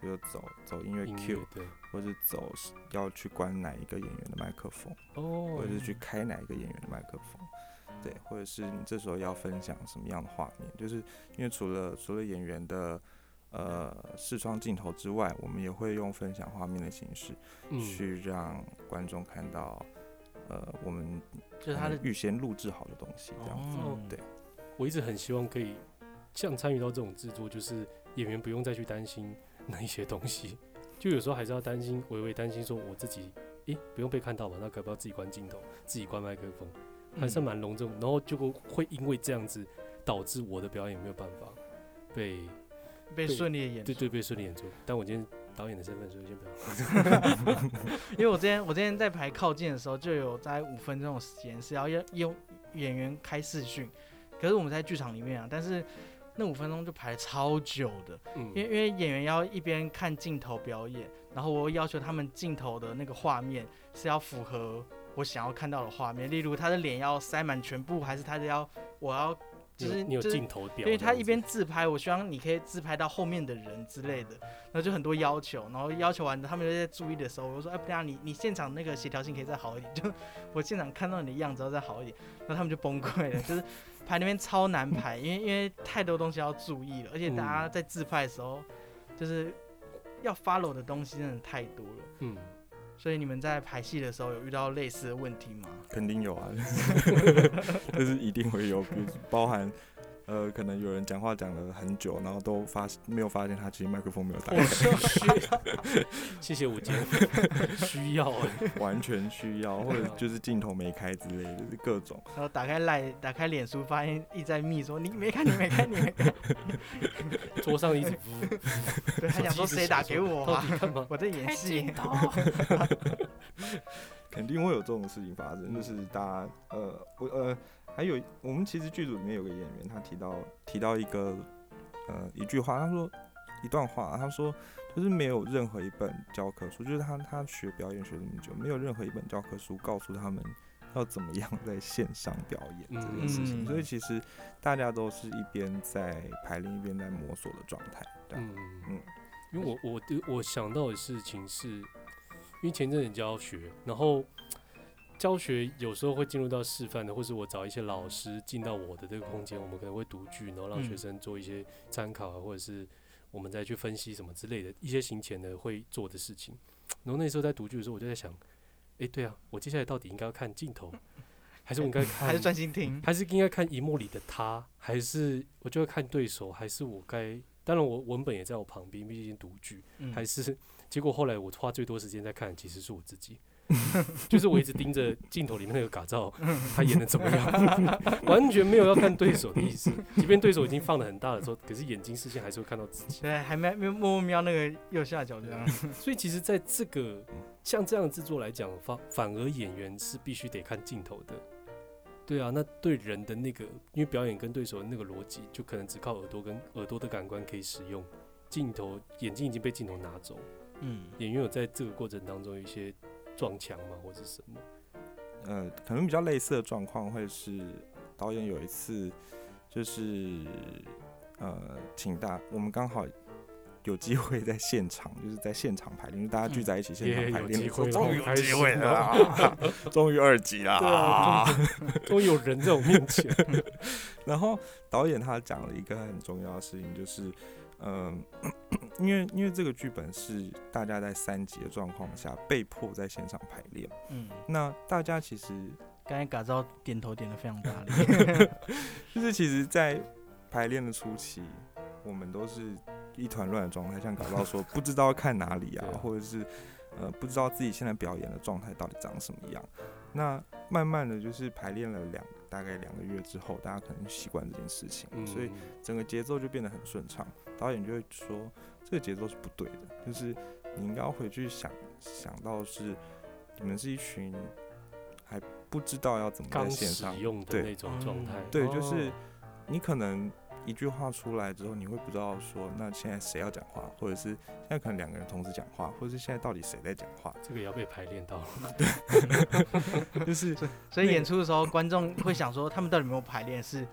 [SPEAKER 3] 比如走走音乐
[SPEAKER 2] 音
[SPEAKER 3] Q，
[SPEAKER 2] 乐对
[SPEAKER 3] 或是走是要去关哪一个演员的麦克风，
[SPEAKER 2] 哦
[SPEAKER 3] 或者是去开哪一个演员的麦克风，对，或者是你这时候要分享什么样的画面，就是因为除了除了演员的呃视窗镜头之外，我们也会用分享画面的形式
[SPEAKER 2] 嗯
[SPEAKER 3] 去让观众看到。呃，我们
[SPEAKER 1] 就是
[SPEAKER 3] 可
[SPEAKER 1] 他
[SPEAKER 3] 能
[SPEAKER 1] 的
[SPEAKER 2] 嗯
[SPEAKER 3] 预先录制好的东西，这样子，
[SPEAKER 1] 哦
[SPEAKER 3] 对，
[SPEAKER 2] 我一直很希望可以像参与到这种制作，就是演员不用再去担心 那一些东西，就有时候还是要担心，微微担心说我自己，诶、不用被看到吧？那可不要自己关镜头，自己关麦克风，还是
[SPEAKER 1] 嗯
[SPEAKER 2] 蛮隆重。然后结果会因为这样子，导致我的表演没有办法被
[SPEAKER 1] 被
[SPEAKER 2] 对
[SPEAKER 1] 顺利的演
[SPEAKER 2] 对对被顺利演出。但我今天导演的身份，所以先不 要。
[SPEAKER 1] 因为我之前我之前在排靠近的时候，就有在五分钟的时间是要用用演员开视讯，可是我们在剧场里面啊，但是那五分钟就排超久的，
[SPEAKER 2] 嗯，
[SPEAKER 1] 因为因为演员要一边看镜头表演，然后我又要求他们镜头的那个画面是要符合我想要看到的画面，例如他的脸要塞满全部，还是他的要我要
[SPEAKER 2] 你
[SPEAKER 1] 就是
[SPEAKER 2] 有你有
[SPEAKER 1] 就是
[SPEAKER 2] 镜头表这样子，嗯
[SPEAKER 1] 因为他一边自拍，我希望你可以自拍到后面的人之类的，然后就很多要求，然后要求完他们就在注意的时候，我就说，哎，不然你你现场那个协调性可以再好一点， 就我现场看到你的样子要再好一点，然后他们就崩溃了，就是排那边超难排，因为因为太多东西要注意了，而且大家
[SPEAKER 2] 嗯
[SPEAKER 1] 在自拍的时候，就是要 follow 的东西真的太多了，
[SPEAKER 2] 嗯，
[SPEAKER 1] 所以你们在排戏的时候有遇到类似的问题吗？
[SPEAKER 3] 肯定有啊， 这是一定会有，比如包含呃，可能有人讲话讲了很久，然后都发没有发现他其实麦克风没有打
[SPEAKER 2] 我 谢谢谢我今天 需要 哎、
[SPEAKER 3] 开，完全需要，或者就是镜头没开之类的，就是各种。
[SPEAKER 1] 然后打开赖，打开脸书，发现一直在密说你没看，你没看，你没看。
[SPEAKER 2] 桌上 一直
[SPEAKER 1] 对他想说谁打给我
[SPEAKER 2] 到
[SPEAKER 1] 啊？
[SPEAKER 2] 底干嘛？
[SPEAKER 1] 我在演戏。
[SPEAKER 3] 肯定会有这种事情发生，就是大家呃，我呃，还有我们其实剧组里面有个演员，他提到提到一个呃一句话，他说一段话，他说就是没有任何一本教科书，就是他他学表演学这么久，没有任何一本教科书告诉他们要怎么样在线上表演这件事情，
[SPEAKER 1] 嗯
[SPEAKER 3] 所以其实大家都是一边在排练，一边在摸索的状态。
[SPEAKER 1] 啊
[SPEAKER 3] 这样
[SPEAKER 2] 嗯嗯，因为我我的我想到的事情是，因为前阵子教学，然后教学有时候会进入到示范的，或是我找一些老师进到我的这个空间，我们可能会读剧，然后让学
[SPEAKER 1] 嗯
[SPEAKER 2] 生做一些参考啊，或者是我们再去分析什么之类的一些行前的会做的事情。然后那时候在读剧的时候，我就在想，诶，对啊，我接下来到底应该要看镜头，还是我应该看
[SPEAKER 1] 还是专心听。
[SPEAKER 2] 还是应该看荧幕里的他，还是我就要看对手，还是我该？当然，我文本也在我旁边，毕竟独居。
[SPEAKER 1] 嗯
[SPEAKER 2] 还是结果后来我花最多时间在看，其实是我自己，就是我一直盯着镜头里面那个嘎照，他演的怎么样， 完全没有要看对手的意思。即便对手已经放的很大的时候，可是眼睛视线还是会看到自己。
[SPEAKER 1] 对，还没没有默默瞄那个右下角这样。
[SPEAKER 2] 所以其实，在这个像这样的制作来讲，反反而演员是必须得看镜头的。对啊，那对人的那个，因为表演跟对手的那个逻辑，就可能只靠耳朵跟耳朵的感官可以使用，镜头眼睛已经被镜头拿走，
[SPEAKER 1] 嗯，
[SPEAKER 2] 演员有在这个过程当中有一些撞墙嘛，或者什么？
[SPEAKER 3] 呃，可能比较类似的状况会是导演有一次就是呃，请大我们刚好有机会在现场，就是在现场排练，因为大家聚在一起现
[SPEAKER 2] 耶
[SPEAKER 3] 场排
[SPEAKER 2] 嗯有
[SPEAKER 3] 练
[SPEAKER 2] 机
[SPEAKER 3] 的时候，
[SPEAKER 2] 会了
[SPEAKER 3] 终于有
[SPEAKER 2] 开
[SPEAKER 3] 机
[SPEAKER 2] 始
[SPEAKER 3] 会了啊， 终于二级了
[SPEAKER 2] 对
[SPEAKER 3] 啊
[SPEAKER 2] 啊。终于有人在我面前，
[SPEAKER 3] 然后导演他讲了一个很重要的事情，就是，嗯、因为因为这个剧本是大家在三级的状况下被迫在现场排练，
[SPEAKER 1] 嗯，
[SPEAKER 3] 那大家其实
[SPEAKER 1] 刚才嘎造点头点的非常大力。
[SPEAKER 3] 就是其实，在排练的初期，我们都是一团乱的状态，像搞到说不知道看哪里啊
[SPEAKER 2] 对，啊
[SPEAKER 3] 或者是呃不知道自己现在表演的状态到底长什么样。那慢慢的就是排练了两大概两个月之后，大家可能习惯这件事情，
[SPEAKER 2] 嗯，
[SPEAKER 3] 所以整个节奏就变得很顺畅。导演就会说，这个节奏是不对的，就是你应该要回去想想到是你们是一群还不知道要怎么在
[SPEAKER 2] 刚
[SPEAKER 3] 线
[SPEAKER 2] 使
[SPEAKER 3] 上
[SPEAKER 2] 用的
[SPEAKER 3] 对
[SPEAKER 2] 那种状态，
[SPEAKER 3] 对，就是
[SPEAKER 2] 哦
[SPEAKER 3] 你可能一句话出来之后，你会不知道说那现在谁要讲话，或者是现在可能两个人同时讲话，或者是现在到底谁在讲话，
[SPEAKER 2] 这个也要被排练到，
[SPEAKER 3] 就是
[SPEAKER 1] 所以演出的时候，观众会想说他们到底有没有排练？是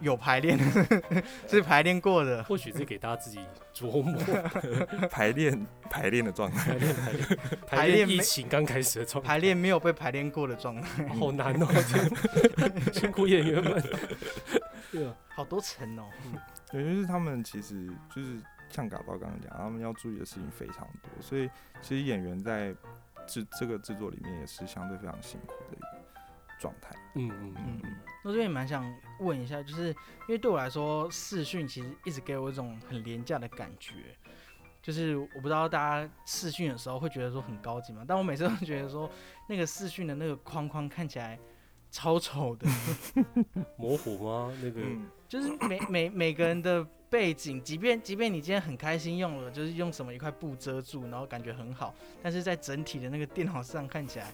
[SPEAKER 1] 有排练， 是排练过的。
[SPEAKER 2] 或许是给大家自己琢磨
[SPEAKER 3] 排练排练的状态。
[SPEAKER 2] 排练排练
[SPEAKER 1] 排
[SPEAKER 2] 排
[SPEAKER 1] 练
[SPEAKER 2] 练
[SPEAKER 1] 没
[SPEAKER 2] 疫情刚开始的状态，
[SPEAKER 1] 排练没有被排练过的 状态，
[SPEAKER 2] 好难哦，天辛苦演员们。对啊，
[SPEAKER 1] 好多层哦。
[SPEAKER 3] 对，就是他们其实就是像嘎包刚刚讲，他们要注意的事情非常多，所以其实演员在制这个制作里面也是相对非常辛苦的一个状态。
[SPEAKER 2] 嗯嗯嗯，
[SPEAKER 3] 嗯，
[SPEAKER 1] 那这边也蛮想问一下，就是因为对我来说，视讯其实一直给我一种很廉价的感觉。就是我不知道大家视讯的时候会觉得说很高级嘛，但我每次都觉得说那个视讯的那个框框看起来超丑的，
[SPEAKER 2] 模糊吗？那个
[SPEAKER 3] 嗯，
[SPEAKER 1] 就是每每每个人的背景，即便即便你今天很开心用了，就是用什么一块布遮住，然后感觉很好，但是在整体的那个电脑上看起来，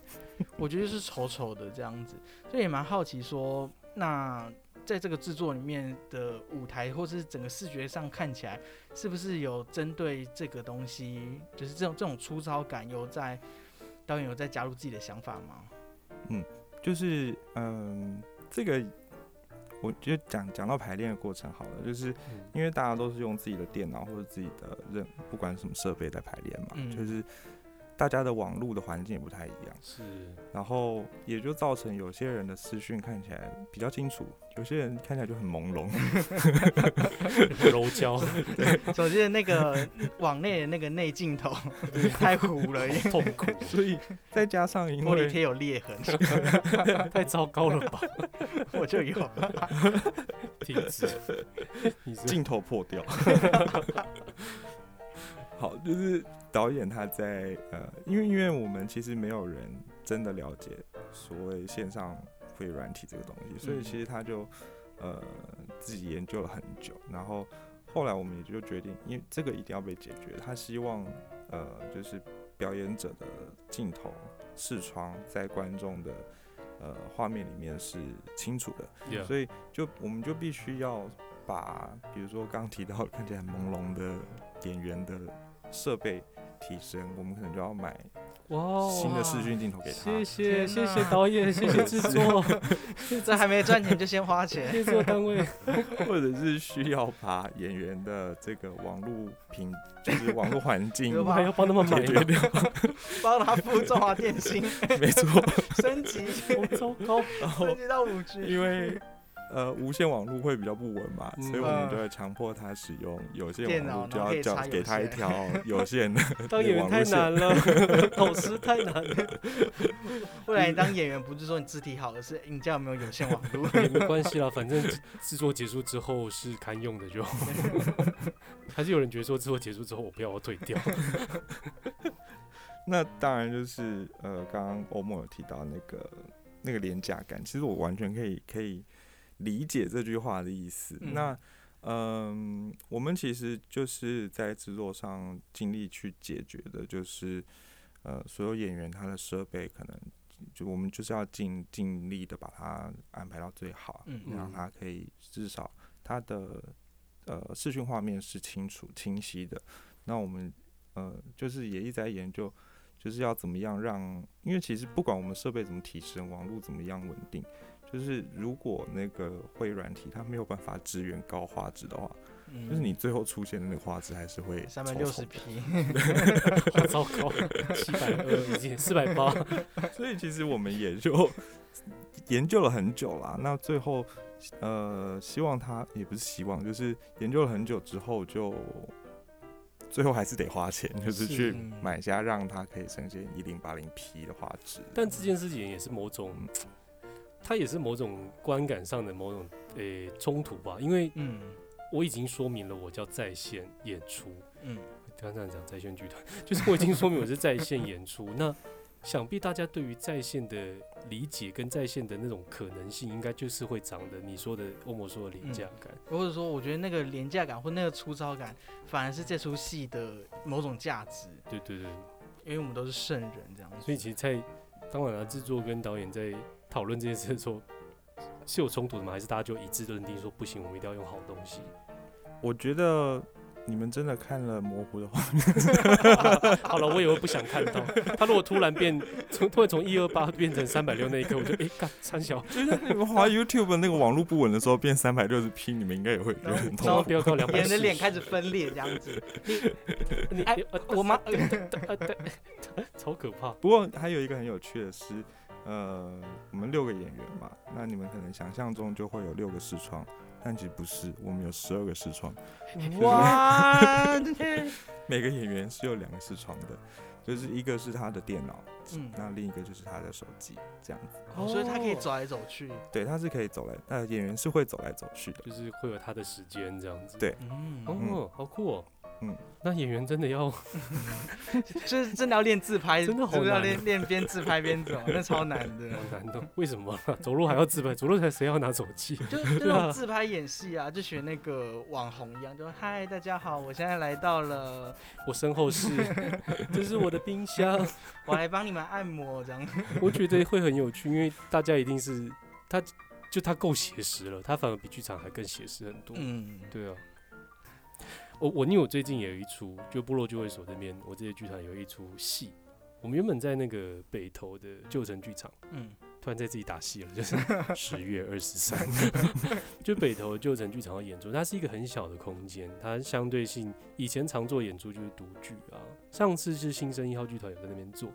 [SPEAKER 1] 我觉得是丑丑的这样子， 所以也蛮好奇说，那在这个制作里面的舞台或是整个视觉上看起来，是不是有针对这个东西，就是这种这种粗糙感有在导演有在加入自己的想法吗？
[SPEAKER 3] 就是嗯，这个我就讲讲到排练的过程好了，就是
[SPEAKER 2] 嗯
[SPEAKER 3] 因为大家都是用自己的电脑或者自己的任不管什么设备在排练嘛，
[SPEAKER 1] 嗯
[SPEAKER 3] 就是大家的网络的环境也不太一样，
[SPEAKER 2] 嗯是
[SPEAKER 3] 然后也就造成有些人的视讯看起来比较清楚，有些人看起来就很朦胧。
[SPEAKER 2] 柔焦，
[SPEAKER 1] 首先那个网内的那个内镜头太糊了，
[SPEAKER 2] 好痛苦，
[SPEAKER 3] 所以再加上因
[SPEAKER 1] 玻璃
[SPEAKER 3] 为
[SPEAKER 1] 贴有裂 痕，
[SPEAKER 2] 太糟糕了吧？
[SPEAKER 1] 我就有。
[SPEAKER 2] 停止，你是
[SPEAKER 3] 镜头破 掉，好，就是导演他在呃，因为因为我们其实没有人真的了解所谓线上会软体这个东西，所以
[SPEAKER 1] 嗯
[SPEAKER 3] 其实他就呃自己研究了很久，然后后来我们也就决定，因为这个一定要被解决，他希望呃就是表演者的镜头视窗在观众的呃画面里面是清楚的，
[SPEAKER 2] Yeah
[SPEAKER 3] 所以就我们就必须要把，比如说刚提到看起来朦胧的演员的设备提升，我们可能就要买
[SPEAKER 2] 哇哦
[SPEAKER 3] 新的视讯镜头给
[SPEAKER 1] 哦
[SPEAKER 3] 他。
[SPEAKER 2] 谢谢
[SPEAKER 1] 天
[SPEAKER 2] 谢谢
[SPEAKER 1] 哪
[SPEAKER 2] 导演，谢谢制作，谢谢
[SPEAKER 1] 这还没赚钱就先花钱，
[SPEAKER 2] 制作单位，
[SPEAKER 3] 或者是需要把演员的这个网络屏，就是网络环境
[SPEAKER 1] 有
[SPEAKER 2] 我们
[SPEAKER 1] 吧
[SPEAKER 2] 还要帮他们买
[SPEAKER 3] 解决掉。
[SPEAKER 1] 帮他付中华 电信
[SPEAKER 3] 没 错，
[SPEAKER 1] 升级，
[SPEAKER 2] 好糟糕，
[SPEAKER 3] 然后
[SPEAKER 1] 升级到五 G。
[SPEAKER 3] 因为呃无线网络会比较不稳嘛，
[SPEAKER 2] 嗯
[SPEAKER 3] 所以我们就会强迫他使用有线
[SPEAKER 1] 电
[SPEAKER 3] 网络，
[SPEAKER 1] 脑
[SPEAKER 3] 就
[SPEAKER 1] 然后
[SPEAKER 3] 要
[SPEAKER 1] 可以
[SPEAKER 3] 叫
[SPEAKER 1] 插有
[SPEAKER 3] 给他一
[SPEAKER 1] 线
[SPEAKER 3] 条有线的。
[SPEAKER 2] 当演员太难了， 老师太难了，
[SPEAKER 1] 后来你当演员不是说你字体好，而是你家有没有有线网络？
[SPEAKER 2] 也没关系啦，反正制 制作结束之后是堪用的就好。 还是有人觉得说制作结束之后我不要我退掉，
[SPEAKER 3] 那当然就是呃，刚刚欧莫有提到那个那个廉价感，其实我完全可以可以理解这句话的意思。
[SPEAKER 1] 嗯
[SPEAKER 3] 那嗯、我们其实就是在制作上尽力去解决的，就是呃，所有演员他的设备可能就我们就是要尽尽力的把它安排到最好，
[SPEAKER 1] 嗯
[SPEAKER 3] 让他可以至少他的呃视讯画面是清楚清晰的。那我们呃就是也一直在研究，就是要怎么样让，因为其实不管我们设备怎么提升，网络怎么样稳定，就是如果那个会软体它没有办法支援高画质的话，
[SPEAKER 1] 嗯
[SPEAKER 3] 就是你最后出现的那个画质还是会
[SPEAKER 1] 三百六
[SPEAKER 3] 丑
[SPEAKER 1] 十
[SPEAKER 3] 丑
[SPEAKER 1] P，
[SPEAKER 2] 好糟糕，七百二已经四百八，
[SPEAKER 3] 的。所以其实我们也就研究了很久啦。那最后呃，希望它也不是希望，就是研究了很久之后就。最后还是得花钱，就是
[SPEAKER 2] 是
[SPEAKER 3] 去
[SPEAKER 1] 嗯
[SPEAKER 3] 买下让它可以呈现一零八零 P 的画质。
[SPEAKER 2] 但这件事情也是某种，它也是某种观感上的某种诶、冲突吧，因为
[SPEAKER 1] 嗯
[SPEAKER 2] 我已经说明了我叫在线演出，
[SPEAKER 1] 嗯，
[SPEAKER 2] 刚才讲在线剧团， 就是我已经说明我是在线演出， 那想必大家对于在线的理解跟在线的那种可能性，应该就是会长得你说的欧魔说的廉价感。
[SPEAKER 1] 或者说我觉得那个廉价感或那个粗糙感，反而是这出戏的某种价值，
[SPEAKER 2] 对对对，
[SPEAKER 1] 因为我们都是圣人这样子。
[SPEAKER 2] 所以其实在，当然了，制作跟导演在讨论这件事的时候，是有冲突的吗？还是大家就一致认定说不行，我们一定要用好东西？
[SPEAKER 3] 我觉得你们真的看了模糊的话，
[SPEAKER 2] 好了，我也会不想看到他如果突然变从突然从一二八变成三百六那一刻，我就诶干三小，
[SPEAKER 3] 就是你们滑 YouTube 那个网络不稳的时候变三百六十 P，你们应该也会觉得 很
[SPEAKER 2] 千
[SPEAKER 3] 痛
[SPEAKER 2] 万
[SPEAKER 3] 苦
[SPEAKER 2] 不。要到两
[SPEAKER 1] 别
[SPEAKER 2] 百。
[SPEAKER 1] 人的脸开始分裂这样子。
[SPEAKER 2] 你
[SPEAKER 1] 哎
[SPEAKER 2] 你呃
[SPEAKER 1] 我妈，
[SPEAKER 2] 呃对，超可怕。
[SPEAKER 3] 不过还有一个很有趣的是，呃，我们六个演员嘛，那你们可能想象中就会有六个视窗，但其实不是，我们有十二个视窗，
[SPEAKER 1] 哇，
[SPEAKER 3] 每个演员是有两个视窗的，就是一个是他的电脑，
[SPEAKER 1] 嗯
[SPEAKER 3] 那另一个就是他的手机，这样子。
[SPEAKER 1] 哦所以他可以走来走去。
[SPEAKER 3] 对，他是可以走来，呃，演员是会走来走去的。
[SPEAKER 2] 就是会有他的时间这样子。
[SPEAKER 3] 对
[SPEAKER 1] 嗯，
[SPEAKER 2] 哦，好酷哦。
[SPEAKER 3] 嗯，
[SPEAKER 2] 那演员真的要
[SPEAKER 1] 就是真的要练自拍，
[SPEAKER 2] 真的好
[SPEAKER 1] 就是要
[SPEAKER 2] 难哦
[SPEAKER 1] 练练边自拍边走，那超难的。
[SPEAKER 2] 好难的，为什么啊、走路还要自拍？走路才谁要拿手 机？
[SPEAKER 1] 就就那种自拍演戏啊，就学那个网红一样，就说嗨，大家好，我现在来到了，
[SPEAKER 2] 我身后 是，这是我的冰箱。
[SPEAKER 1] 我来帮你们按摩这样。
[SPEAKER 2] 我觉得会很有趣，因为大家一定是他，就他够写实了，他反而比剧场还更写实很多。
[SPEAKER 1] 嗯，
[SPEAKER 2] 对啊。我我因为我最近也有一出，就部落聚会所这边，我这些剧场有一出戏。我们原本在那个北投的旧城剧场，
[SPEAKER 1] 嗯
[SPEAKER 2] 突然在自己打戏了，就是十月二十三，就北投旧城剧场要演出，它是一个很小的空间，它相对性以前常做演出就是独剧啊，上次是新生一号剧团有在那边做，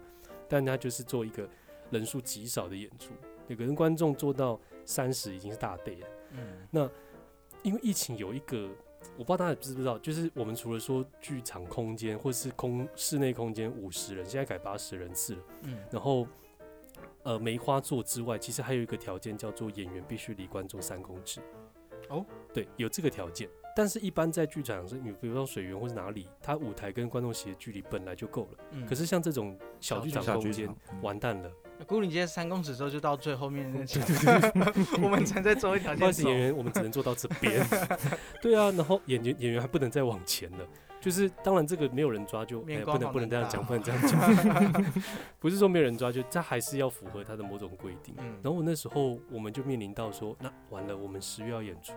[SPEAKER 2] 但它就是做一个人数极少的演出，每个人观众做到三十已经是大倍了。
[SPEAKER 1] 嗯
[SPEAKER 2] 因为疫情有一个，我不知道大家知不知道，就是我们除了说剧场空间或是空室内空间五十人，现在改八十人次了。
[SPEAKER 1] 嗯
[SPEAKER 2] 然后呃梅花座之外，其实还有一个条件叫做演员必须离观众三公尺。
[SPEAKER 1] 哦，
[SPEAKER 2] 对，有这个条件。但是，一般在剧场是，你比如说水源或是哪里，它舞台跟观众席的距离本来就够了。
[SPEAKER 1] 嗯
[SPEAKER 2] 可是像这种小剧场
[SPEAKER 3] 小
[SPEAKER 2] 空
[SPEAKER 3] 剧
[SPEAKER 2] 间
[SPEAKER 3] 场，，嗯
[SPEAKER 2] 完 蛋了。
[SPEAKER 1] 孤岭街三公尺之后就到最后面那墙， 我们只能再走一条
[SPEAKER 2] 不好
[SPEAKER 1] 线
[SPEAKER 2] 意思，
[SPEAKER 1] 走
[SPEAKER 2] 演。员，我们只能做到这 边。对啊，然后演员演员还不能再往前了，就是当然这个没有人抓就，哎、
[SPEAKER 1] 面
[SPEAKER 2] 不
[SPEAKER 1] 光
[SPEAKER 2] 能
[SPEAKER 1] 好
[SPEAKER 2] 不能这样
[SPEAKER 1] 难
[SPEAKER 2] 讲，
[SPEAKER 1] 打
[SPEAKER 2] 不能这样讲， 不是说没有人抓就，他还是要符合他的某种规定。
[SPEAKER 1] 嗯
[SPEAKER 2] 然后我那时候我们就面临到说，那完了，我们十月要演出，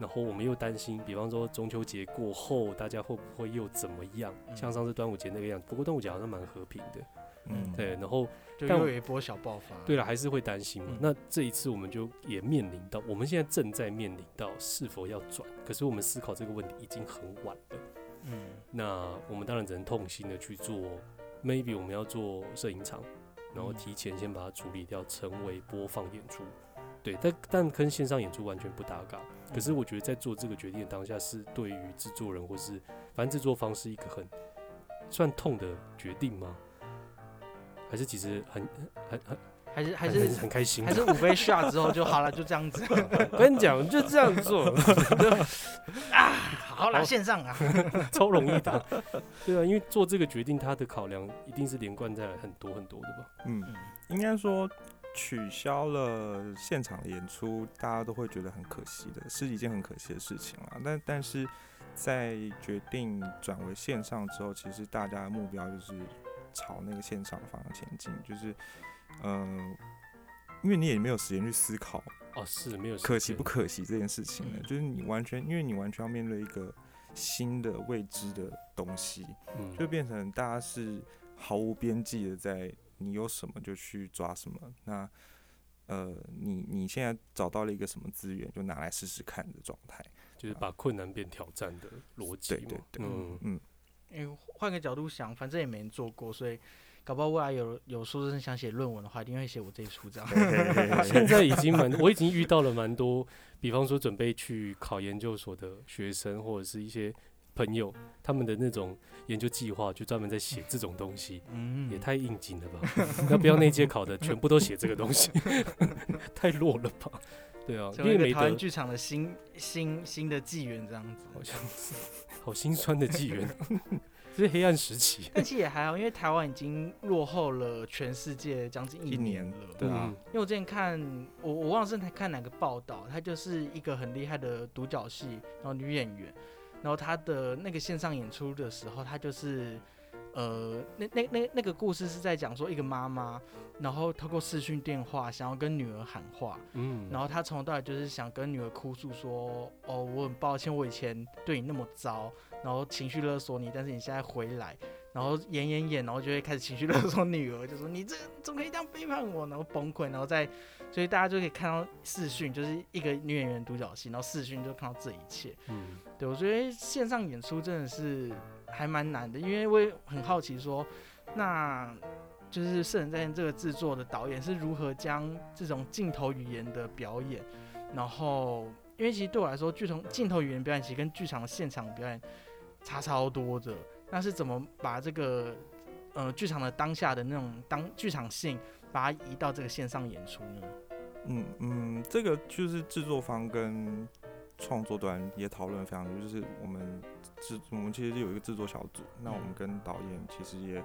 [SPEAKER 2] 然后我们又担心，比方说中秋节过后大家会不会又怎么样，像
[SPEAKER 1] 嗯
[SPEAKER 2] 上次端午节那个样子，不过端午节好像蛮和平的，
[SPEAKER 3] 嗯，
[SPEAKER 2] 对，然后
[SPEAKER 1] 就
[SPEAKER 2] 但我
[SPEAKER 1] 又有一波小爆发。
[SPEAKER 2] 对了，还是会担心嘛。
[SPEAKER 1] 嗯
[SPEAKER 2] 那这一次我们就也面临到，我们现在正在面临到是否要转，可是我们思考这个问题已经很晚了。
[SPEAKER 1] 嗯，
[SPEAKER 2] 那我们当然只能痛心的去做，maybe 我们要做摄影场，然后
[SPEAKER 1] 嗯
[SPEAKER 2] 提前先把它处理掉，成为播放演出。对，但但跟线上演出完全不搭嘎。可是我觉得在做这个决定的当下，是对于制作人或是反正制作方是一个很算痛的决定吗？还是其实很很很
[SPEAKER 1] 还是还
[SPEAKER 2] 很
[SPEAKER 1] 是
[SPEAKER 2] 很很开心的
[SPEAKER 1] 还是五杯 shot 之后就好了，就这样 子。
[SPEAKER 2] 我跟你讲，就这样做，
[SPEAKER 1] 好啦，线上啊。
[SPEAKER 2] 超容易的。对啊，因为做这个决定，他的考量一定是连贯在很多很多的吧？
[SPEAKER 3] 嗯，应该说取消了现场的演出，大家都会觉得很可惜的，是一件很可惜的事情啦。但但是在决定转为线上之后，其实大家的目标就是朝那个线上方向前进，就是嗯、呃因为你也没有时间去思考
[SPEAKER 2] 哦，是没有
[SPEAKER 3] 可惜不
[SPEAKER 2] 可
[SPEAKER 3] 可惜这件事情了，
[SPEAKER 1] 嗯
[SPEAKER 3] 就是你完全因为你完全要面对一个新的未知的东西，
[SPEAKER 2] 嗯，
[SPEAKER 3] 就变成大家是毫无边际的，在你有什么就去抓什么。那呃，你你现在找到了一个什么资源，就拿来试试看的状态。
[SPEAKER 2] 就是把困难变挑战的逻辑
[SPEAKER 3] 对
[SPEAKER 2] 嘛。
[SPEAKER 3] 对对，
[SPEAKER 2] 嗯
[SPEAKER 3] 嗯， 嗯，
[SPEAKER 1] 因为换个角度想，反正也没人做过，所以搞不好未来有有硕士生想写论文的话，一定会写我这一出这样。
[SPEAKER 2] 现在已经蛮，我已经遇到了蛮多，比方说准备去考研究所的学生，或者是一些朋友，他们的那种研究计划，就专门在写这种东西。
[SPEAKER 1] 嗯
[SPEAKER 2] 也太应景了吧？那不要那届考的全部都写这个东西， 太弱了吧？对啊，因
[SPEAKER 1] 成为
[SPEAKER 2] 为
[SPEAKER 1] 一
[SPEAKER 2] 没
[SPEAKER 1] 个台湾
[SPEAKER 2] 得，
[SPEAKER 1] 剧场的新新新的纪元这样子。
[SPEAKER 2] 好像是好心酸的纪元， 这是黑暗时期。
[SPEAKER 1] 但其实也还好，因为台湾已经落后了全世界将近
[SPEAKER 3] 一
[SPEAKER 1] 年
[SPEAKER 3] 年
[SPEAKER 1] 了。
[SPEAKER 3] 对啊
[SPEAKER 2] 嗯，
[SPEAKER 1] 因为我之前看，我我忘了是看哪个报道，她就是一个很厉害的独角戏，然后女演员，然后她的那个线上演出的时候，她就是，呃，那那那那个故事是在讲说一个妈妈，然后透过视讯电话想要跟女儿喊话，
[SPEAKER 2] 嗯，
[SPEAKER 1] 然后她从头到尾就是想跟女儿哭诉说，哦，我很抱歉，我以前对你那么糟，然后情绪勒索你，但是你现在回来，然后演演演，然后就会开始情绪勒索女儿，就说你这怎么可以这样背叛我，然后崩溃，然后再，所以大家就可以看到视讯，就是一个女演员独角戏，然后视讯就看到这一切。
[SPEAKER 2] 嗯，
[SPEAKER 1] 对，我觉得线上演出真的是还蛮难的，因为我也很好奇说，那就是《圣人在线》这个制作的导演是如何将这种镜头语言的表演，然后因为其实对我来说，剧从镜头语言表演其实跟剧场的现场表演差超多的，那是怎么把这个呃剧场的当下的那种当剧场性，把它移到这个线上演出呢？
[SPEAKER 3] 嗯嗯，这个就是制作方跟创作端也讨论非常多，就是我们制我们其实有一个制作小组，那我们
[SPEAKER 1] 嗯
[SPEAKER 3] 跟导演其实也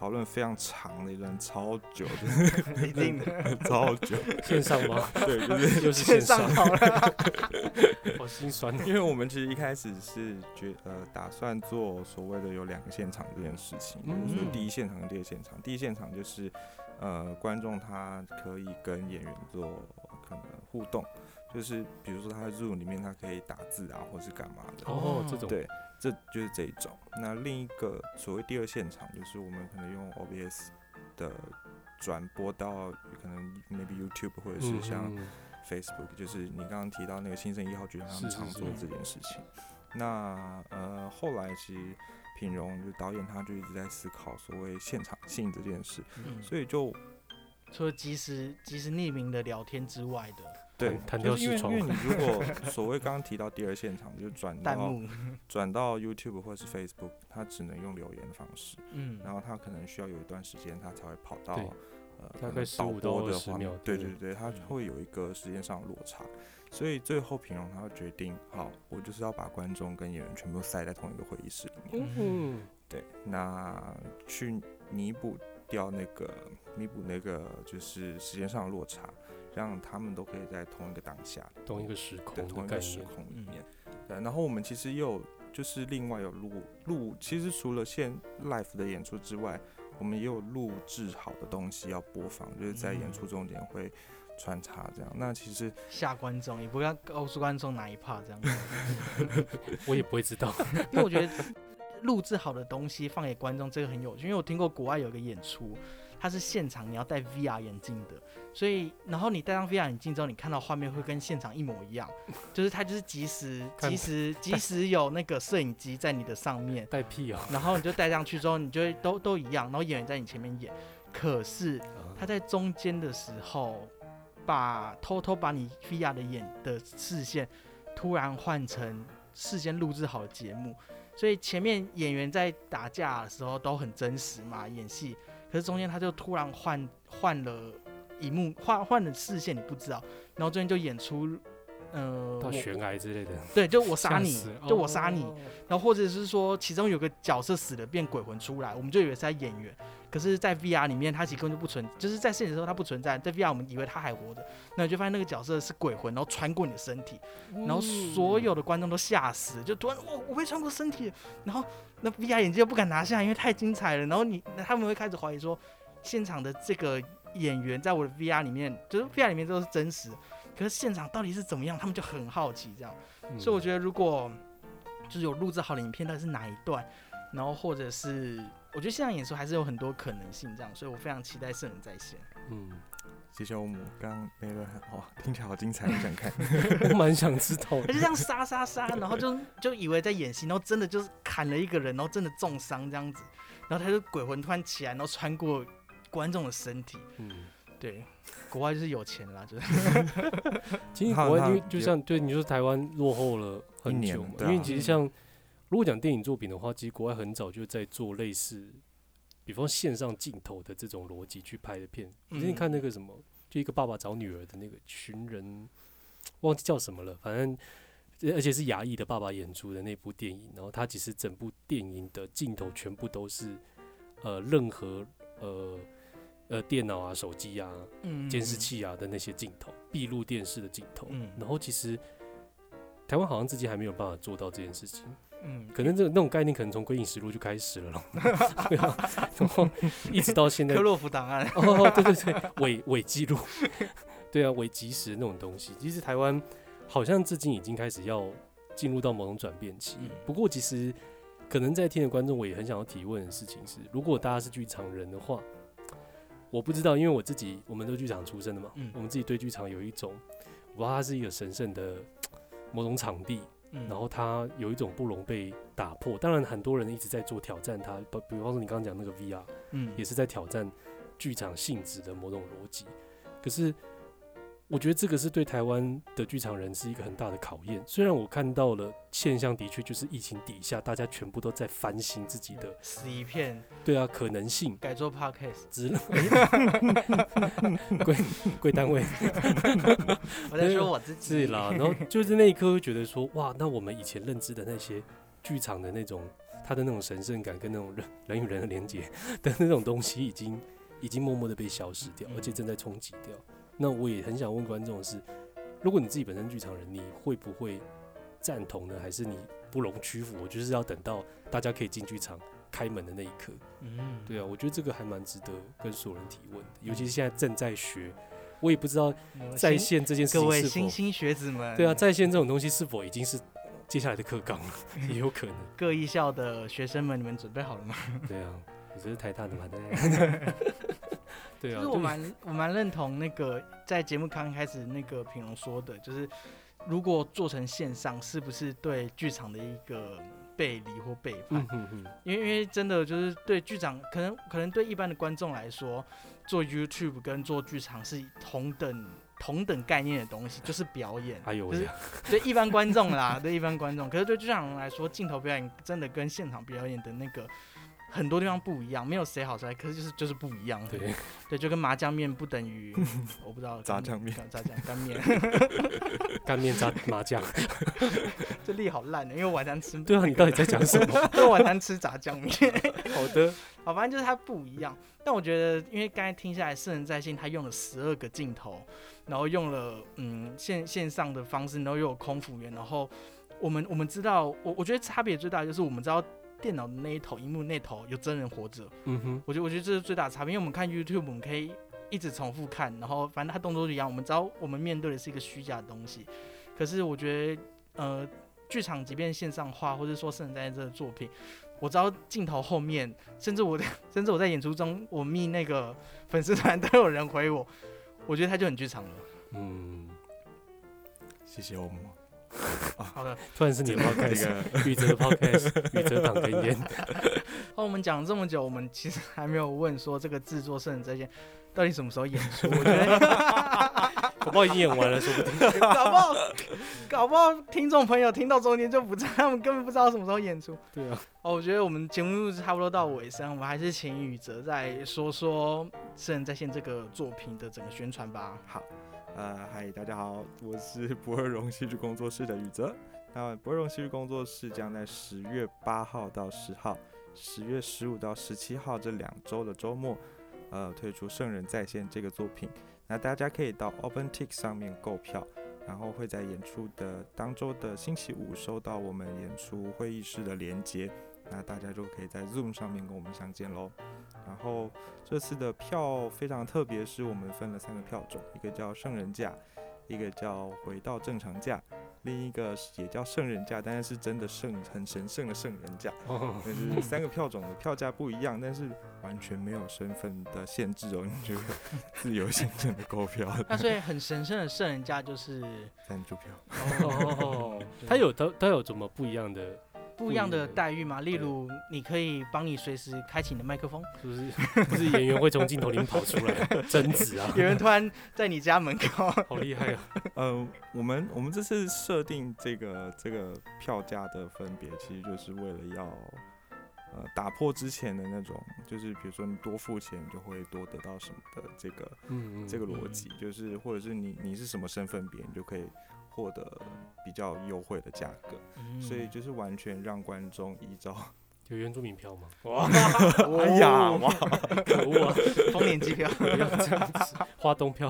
[SPEAKER 3] 讨论非常长的一段，超久
[SPEAKER 1] 一定的，
[SPEAKER 3] 的， 超久，
[SPEAKER 2] 线上 吗？
[SPEAKER 3] 对，就是
[SPEAKER 2] 又是线上，
[SPEAKER 1] 好 了。
[SPEAKER 2] 好心酸哦。
[SPEAKER 3] 因为我们其实一开始是觉呃打算做所谓的有两个现场这件事情，就是说
[SPEAKER 1] 嗯
[SPEAKER 3] 第一现场跟第二现场。第一现场就是呃观众他可以跟演员做可能互动，就是比如说他在 Zoom 里面他可以打字啊，或是干嘛的。
[SPEAKER 2] 哦，这种
[SPEAKER 3] 对这就是这一种。那另一个所谓第二现场，就是我们可能用 OBS 的转播到可能 maybe YouTube 或者是
[SPEAKER 2] 嗯
[SPEAKER 3] 像
[SPEAKER 2] 嗯
[SPEAKER 3] Facebook，就是你刚刚提到那个新生一号剧场，他
[SPEAKER 2] 是
[SPEAKER 3] 们
[SPEAKER 2] 是
[SPEAKER 3] 常
[SPEAKER 2] 是
[SPEAKER 3] 做这件事情。那呃，后来其实品荣就导演他就一直在思考所谓现场性这件事，
[SPEAKER 1] 嗯
[SPEAKER 3] 所以就
[SPEAKER 1] 除了即时即时匿名的聊天之外的
[SPEAKER 3] 对，
[SPEAKER 2] 弹跳
[SPEAKER 3] 就是
[SPEAKER 2] 式
[SPEAKER 3] 因为因
[SPEAKER 2] 窗
[SPEAKER 3] 为你如 果所谓刚刚提到第二现场，就转
[SPEAKER 1] 弹
[SPEAKER 3] 到
[SPEAKER 1] 幕，
[SPEAKER 3] 转到 YouTube 或是 Facebook，他只能用留言的方式，
[SPEAKER 1] 嗯，
[SPEAKER 3] 然后他可能需要有一段时间，他才会跑到
[SPEAKER 2] 对
[SPEAKER 3] 呃
[SPEAKER 2] 大
[SPEAKER 3] 可
[SPEAKER 2] 概
[SPEAKER 3] 能
[SPEAKER 2] 15
[SPEAKER 3] 导
[SPEAKER 2] 到
[SPEAKER 3] 播的
[SPEAKER 2] 20
[SPEAKER 3] 画面
[SPEAKER 2] 秒，
[SPEAKER 3] 对
[SPEAKER 2] 对
[SPEAKER 3] 对对，他
[SPEAKER 1] 嗯
[SPEAKER 3] 会有一个时间上的落差，所以最后平荣他会决定，好，我就是要把观众跟演员全部塞在同一个会议室里面，
[SPEAKER 2] 嗯，
[SPEAKER 3] 对，那去弥补掉那个弥补那个就是时间上的落差，让他们都可以在同一个当下，
[SPEAKER 2] 同一个时
[SPEAKER 3] 对
[SPEAKER 2] 空
[SPEAKER 3] 同
[SPEAKER 2] 的
[SPEAKER 3] 一
[SPEAKER 2] 概
[SPEAKER 3] 个时
[SPEAKER 2] 念，
[SPEAKER 3] 空里面。对，然后我们其实也有就是另外有录录，其实除了现 l i f e 的演出之外，我们也有录制好的东西要播放，就是在演出中间会穿插这样。那其实
[SPEAKER 1] 吓观众，也不要告诉观众哪一 part 这样，
[SPEAKER 2] 我也不会知 道。
[SPEAKER 1] 因为我觉得录制好的东西放给观众这个很有趣，因为我听过国外有一个演出，它是现场你要戴 VR 眼镜的，所以然后你戴上 VR 眼镜之后，你看到画面会跟现场一模一样，就是它就是 即时
[SPEAKER 2] 看
[SPEAKER 1] 即时即时有那个摄影机在你的上面，
[SPEAKER 2] 带屁哦！
[SPEAKER 1] 然后你就戴上去之后，你就会都都一样，然后演员在你前面演，可是
[SPEAKER 2] 啊
[SPEAKER 1] 他在中间的时候，把偷偷把你 VR 的眼的视线突然换成事先录制好的节目，所以前面演员在打架的时候都很真实嘛，演戏，可是中间他就突然换换了荧幕，换换了视线，你不知道，然后中间就演出，呃，
[SPEAKER 2] 到
[SPEAKER 1] 我
[SPEAKER 2] 悬崖之类的，
[SPEAKER 1] 对，就我杀
[SPEAKER 2] 吓
[SPEAKER 1] 你
[SPEAKER 2] 死了，
[SPEAKER 1] 就我杀你，
[SPEAKER 2] 哦
[SPEAKER 1] 然后或者是说其中有个角色死了变鬼魂出来，我们就以为是在演员，可是，在 VR 里面它其实根本就不存，就是在现实中它不存在，在 VR 我们以为他还活着，那你就发现那个角色是鬼魂，然后穿过你的身体，
[SPEAKER 2] 嗯
[SPEAKER 1] 然后所有的观众都吓死，就突然哦我我被穿过身体，然后那 VR 眼镜又不敢拿下，因为太精彩了，然后你那他们会开始怀疑说，现场的这个演员在我的 VR 里面，就是 VR 里面都是真实的，可是现场到底是怎么样，他们就很好奇这样。
[SPEAKER 2] 嗯
[SPEAKER 1] 所以我觉得如果就是有录制好的影片，到底是哪一段，然后或者是我觉得现场演出还是有很多可能性这样，所以我非常期待《圣人在 线》。
[SPEAKER 2] 嗯，
[SPEAKER 3] 谢谢欧姆，刚刚那段哇，听起来好精彩，很想看。
[SPEAKER 2] 我蛮想知道
[SPEAKER 1] 他
[SPEAKER 2] 的
[SPEAKER 1] 就这样杀杀杀，然后就就以为在演戏，然后真的就是砍了一个人，然后真的重伤这样子，然后他就鬼魂突然起来，然后穿过观众的身体。
[SPEAKER 2] 嗯，
[SPEAKER 1] 对，国外就是有钱啦，就是
[SPEAKER 2] 其实
[SPEAKER 3] 他
[SPEAKER 2] 国外
[SPEAKER 3] 他
[SPEAKER 2] 因为就
[SPEAKER 3] 也
[SPEAKER 2] 像对你说台湾落后了
[SPEAKER 3] 一
[SPEAKER 2] 很
[SPEAKER 3] 年
[SPEAKER 2] 久嘛，因
[SPEAKER 3] 对啊
[SPEAKER 2] 为其实像如果讲电影作品的话，其实国外很早就在做类似，比方线上镜头的这种逻辑去拍的片。你之前
[SPEAKER 1] 嗯
[SPEAKER 2] 看那个什么，就一个爸爸找女儿的那个寻人，忘记叫什么了，反正。而且是牙医的爸爸演出的那部电影，然后他其实整部电影的镜头全部都是，呃，任何呃呃电脑啊、手机啊，
[SPEAKER 1] 嗯
[SPEAKER 2] 监视，器啊的那些镜头，闭路电视的镜头。
[SPEAKER 1] 嗯
[SPEAKER 2] 然后其实台湾好像自己还没有办法做到这件事情，
[SPEAKER 1] 嗯，
[SPEAKER 2] 可能这那种概念可能从《归隐实录》就开始了 咯 对啊，然后一直到现在
[SPEAKER 1] 克，洛夫档案，
[SPEAKER 2] 哦，对对对，伪伪记录， 对啊，伪即时那种东西，其实台湾好像至今已经开始要进入到某种转变期。
[SPEAKER 1] 嗯
[SPEAKER 2] 不过其实可能在听的观众，我也很想要提问的事情是，如果大家是剧场人的话，我不知道，因为我自己我们都剧场出身的嘛，
[SPEAKER 1] 嗯
[SPEAKER 2] 我们自己对剧场有一种，我不知道它是一个神圣的某种场地，
[SPEAKER 1] 嗯
[SPEAKER 2] 然后它有一种不容被打破。当然，很多人一直在做挑战它，比比方说你刚刚讲那个 VR，
[SPEAKER 1] 嗯
[SPEAKER 2] 也是在挑战剧场性质的某种逻辑。可是，我觉得这个是对台湾的剧场人是一个很大的考验。虽然我看到了现象，的确就是疫情底下，大家全部都在翻新自己的
[SPEAKER 1] 死一片
[SPEAKER 2] 对啊可能性
[SPEAKER 1] 改做 podcast，
[SPEAKER 2] 之类。 贵贵单位
[SPEAKER 1] 我
[SPEAKER 2] 啊
[SPEAKER 1] 在说我自
[SPEAKER 2] 是
[SPEAKER 1] 己
[SPEAKER 2] 啦，然后就是那一刻会觉得说，哇，那我们以前认知的那些剧场的那种它的那种神圣感跟那种人人与人的连接的那种东西，已经已经默默的被消失掉，
[SPEAKER 1] 嗯
[SPEAKER 2] 而且正在冲击掉。那我也很想问观众的是，如果你自己本身剧场人，你会不会赞同呢？还是你不容屈服？我就是要等到大家可以进剧场开门的那一刻。
[SPEAKER 1] 嗯，
[SPEAKER 2] 对啊，我觉得这个还蛮值得跟所有人提问的，尤其是现在正在学，我也不知道
[SPEAKER 1] 嗯我
[SPEAKER 2] 在
[SPEAKER 1] 新
[SPEAKER 2] 线这件事
[SPEAKER 1] 各
[SPEAKER 2] 情
[SPEAKER 1] 位
[SPEAKER 2] 是否
[SPEAKER 1] 新兴学子们，
[SPEAKER 2] 对啊，在线这种东西是否已经是接下来的课纲 了？也有可能。
[SPEAKER 1] 各艺校的学生们，你们准备好了吗？
[SPEAKER 2] 对啊，我觉得台大的嘛，对对
[SPEAKER 1] 就
[SPEAKER 2] 啊，
[SPEAKER 1] 是我
[SPEAKER 2] 对
[SPEAKER 1] 蛮我蛮认同那个在节目刚开始那个品荣说的，就是如果做成线上，是不是对剧场的一个背离或背叛？
[SPEAKER 2] 嗯哼哼，
[SPEAKER 1] 因为因为真的就是对剧场，可能可能对一般的观众来说，做 YouTube 跟做剧场是同等同等概念的东西，就是表演。
[SPEAKER 2] 哎呦
[SPEAKER 1] 就
[SPEAKER 2] 喂
[SPEAKER 1] 是
[SPEAKER 2] 呀，
[SPEAKER 1] 对一般观众啦， 对一般观众，可是对剧场人来说，镜头表演真的跟现场表演的那个很多地方不一样，没有谁好谁，可是就是就是不一样。
[SPEAKER 2] 对，
[SPEAKER 1] 对，就跟麻酱面不 等于我不知道
[SPEAKER 3] 炸
[SPEAKER 1] 干
[SPEAKER 3] 酱面
[SPEAKER 1] 干炸酱干面，
[SPEAKER 2] 干面炸麻酱，
[SPEAKER 1] 这力好烂的，因为我晚餐吃
[SPEAKER 2] 对啊，你 到底在讲什么？
[SPEAKER 1] 因为我晚餐吃炸酱面。
[SPEAKER 2] 好的，
[SPEAKER 1] 好，反正就是它不一样。但我觉得，因为刚才听下来，《圣人在线》它用了十二个镜头，然后用了嗯线线上的方式，然后又有空服员，然后我们我们知道，我我觉得差别最大的就是我们知道电脑的那一头，荧幕那头有真人活着，
[SPEAKER 2] 嗯哼，
[SPEAKER 1] 我觉得我觉得这是最大的差别，因为我们看 YouTube，我们可以一直重复看，然后反正它动作就一样，我们知道我们面对的是一个虚假的东西。可是我觉得，呃，剧场即便线上化，或者说圣人在这个作品，我知道镜头后面，甚至我在 甚至我在演出中，我密那个粉丝团都有人回我，我觉得他就很剧场了。
[SPEAKER 2] 嗯，
[SPEAKER 3] 谢谢欧姆。
[SPEAKER 1] 好的，
[SPEAKER 2] 突然是你的
[SPEAKER 3] 这
[SPEAKER 2] podcast，
[SPEAKER 3] 个
[SPEAKER 2] 宇哲的 podcast，宇哲党根 烟，
[SPEAKER 1] 那我们讲了这么久，我们其实还没有问说这个制作圣人在线到底什么时候演出？我觉得。
[SPEAKER 2] 搞不好已经演完了，说不定。
[SPEAKER 1] 搞不好， 搞不好听众朋友听到中间就不在，他们根本不知道什么时候演出。
[SPEAKER 2] 对啊，
[SPEAKER 1] 哦，我觉得我们节目差不多到尾声，我们还是请宇哲再说说《圣人在线》这个作品的整个宣传吧。
[SPEAKER 3] 好，呃，嗨，大家好，我是 博尔荣戏剧工作室的宇哲。那博尔荣戏剧工作室将在十月八号到十号，十月十五到十七号这两周的周末，呃，推出《圣人在线》这个作品。那大家可以到 OpenTix 上面购票，然后会在演出的当周的星期五收到我们演出会议室的连接，那大家就可以在 Zoom 上面跟我们相见喽。然后这次的票非常特别，是我们分了三个票种，一个叫圣人价，一个叫回到正常价，另一个是也叫圣人价，但是是真的圣很神圣的圣人价。
[SPEAKER 2] 哦，
[SPEAKER 3] 但是三个票种的票价不一样，但是完全没有身份的限制哦，你就可以自由行政的购票、
[SPEAKER 1] 那所以很神圣的圣人家就是
[SPEAKER 3] 赞助票。
[SPEAKER 2] 哦他有他他有怎么不一样的？
[SPEAKER 1] 不一样的待遇嘛，例如你可以帮你随时开启你的麦克风，
[SPEAKER 2] 是不是不是演员会从镜头里面跑出 来争执啊？
[SPEAKER 1] 有人突然在你家门口，
[SPEAKER 2] 好厉害啊！
[SPEAKER 3] 呃，我们我们这次设定这个这个票价的分别，其实就是为了要呃打破之前的那种，就是比如说你多付钱就会多得到什么的这个
[SPEAKER 2] 嗯，嗯
[SPEAKER 3] 这个逻
[SPEAKER 1] 嗯
[SPEAKER 3] 辑，就是或者是你你是什么身份别，你就可以获得比较优惠的价格，
[SPEAKER 2] 嗯
[SPEAKER 3] 所以就是完全让观众依 照。
[SPEAKER 2] 有原住民票吗？ 哇，
[SPEAKER 1] 哎
[SPEAKER 3] 哎呀，
[SPEAKER 2] 哦
[SPEAKER 3] 哇，
[SPEAKER 2] 可恶啊！
[SPEAKER 1] 丰年机票，
[SPEAKER 2] 不要这样子，花东 票。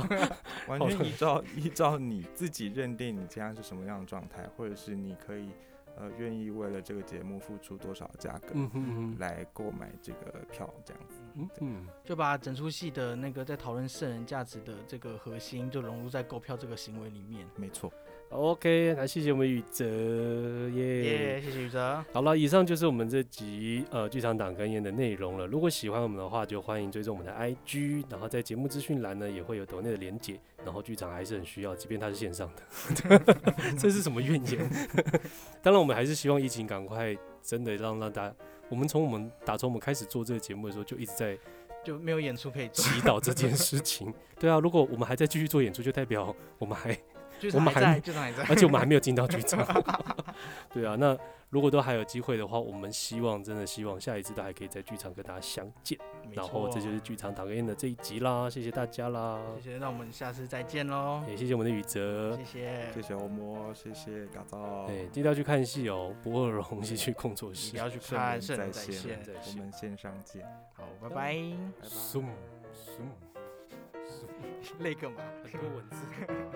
[SPEAKER 3] 完
[SPEAKER 2] 好
[SPEAKER 3] 全
[SPEAKER 2] 的
[SPEAKER 3] 依照依照你自己认定你现在是什么样的状态，或者是你可以呃愿意为了这个节目付出多少价格。
[SPEAKER 2] 嗯哼
[SPEAKER 3] 来购买这个票，这样子。
[SPEAKER 2] 嗯嗯，
[SPEAKER 1] 就把整出戏的那个在讨论圣人价值的这个核心，就融入在购票这个行为里面。
[SPEAKER 3] 没错，
[SPEAKER 2] OK，那谢谢我们宇哲耶。
[SPEAKER 1] 耶、谢谢宇哲，
[SPEAKER 2] 好了，以上就是我们这集呃剧场党跟烟的内容了。如果喜欢我们的话，就欢迎追踪我们的 IG，然后在节目资讯栏呢也会有抖内的连结。然后剧场还是很需要，即便它是线上的， 这是什么怨言？ 当然，我们还是希望疫情赶快真的让让大家，我们从我们打从我们开始做这个节目的时候，就一直在
[SPEAKER 1] 就没有演出可以 做，
[SPEAKER 2] 祈祷这件事情。 对啊，如果我们还在继续做演出，就代表 我们还
[SPEAKER 1] 剧
[SPEAKER 2] 我
[SPEAKER 1] 场
[SPEAKER 2] 们
[SPEAKER 1] 还啊
[SPEAKER 2] 还
[SPEAKER 1] 在，剧场还在，
[SPEAKER 2] 而且我们还没有进到剧场。 对啊，那如果都还有机会的话，我们希望真的希望下一次都还可以在剧场跟大家相见。
[SPEAKER 1] 没
[SPEAKER 2] 然后这就是剧场打个烟的这一集啦，谢谢大家啦，
[SPEAKER 1] 错谢谢，那我们下次再见喽，
[SPEAKER 2] 也谢谢我们的宇哲
[SPEAKER 1] 谢。谢
[SPEAKER 3] 谢，谢欧魔，谢谢嘎造，
[SPEAKER 2] 对，哎记得要去看戏哦，不二龙戏剧工作
[SPEAKER 1] 你
[SPEAKER 2] 室
[SPEAKER 1] 不。要去
[SPEAKER 3] 圣
[SPEAKER 1] 看
[SPEAKER 3] 人
[SPEAKER 1] 圣人
[SPEAKER 3] 在
[SPEAKER 1] 在嗯
[SPEAKER 3] 线
[SPEAKER 1] 线，
[SPEAKER 2] 再
[SPEAKER 3] 我
[SPEAKER 2] 见
[SPEAKER 3] 们线上见，
[SPEAKER 1] 好，拜拜，
[SPEAKER 3] 拜拜。
[SPEAKER 2] 松松松，
[SPEAKER 1] 累个嘛。
[SPEAKER 2] 很多文字。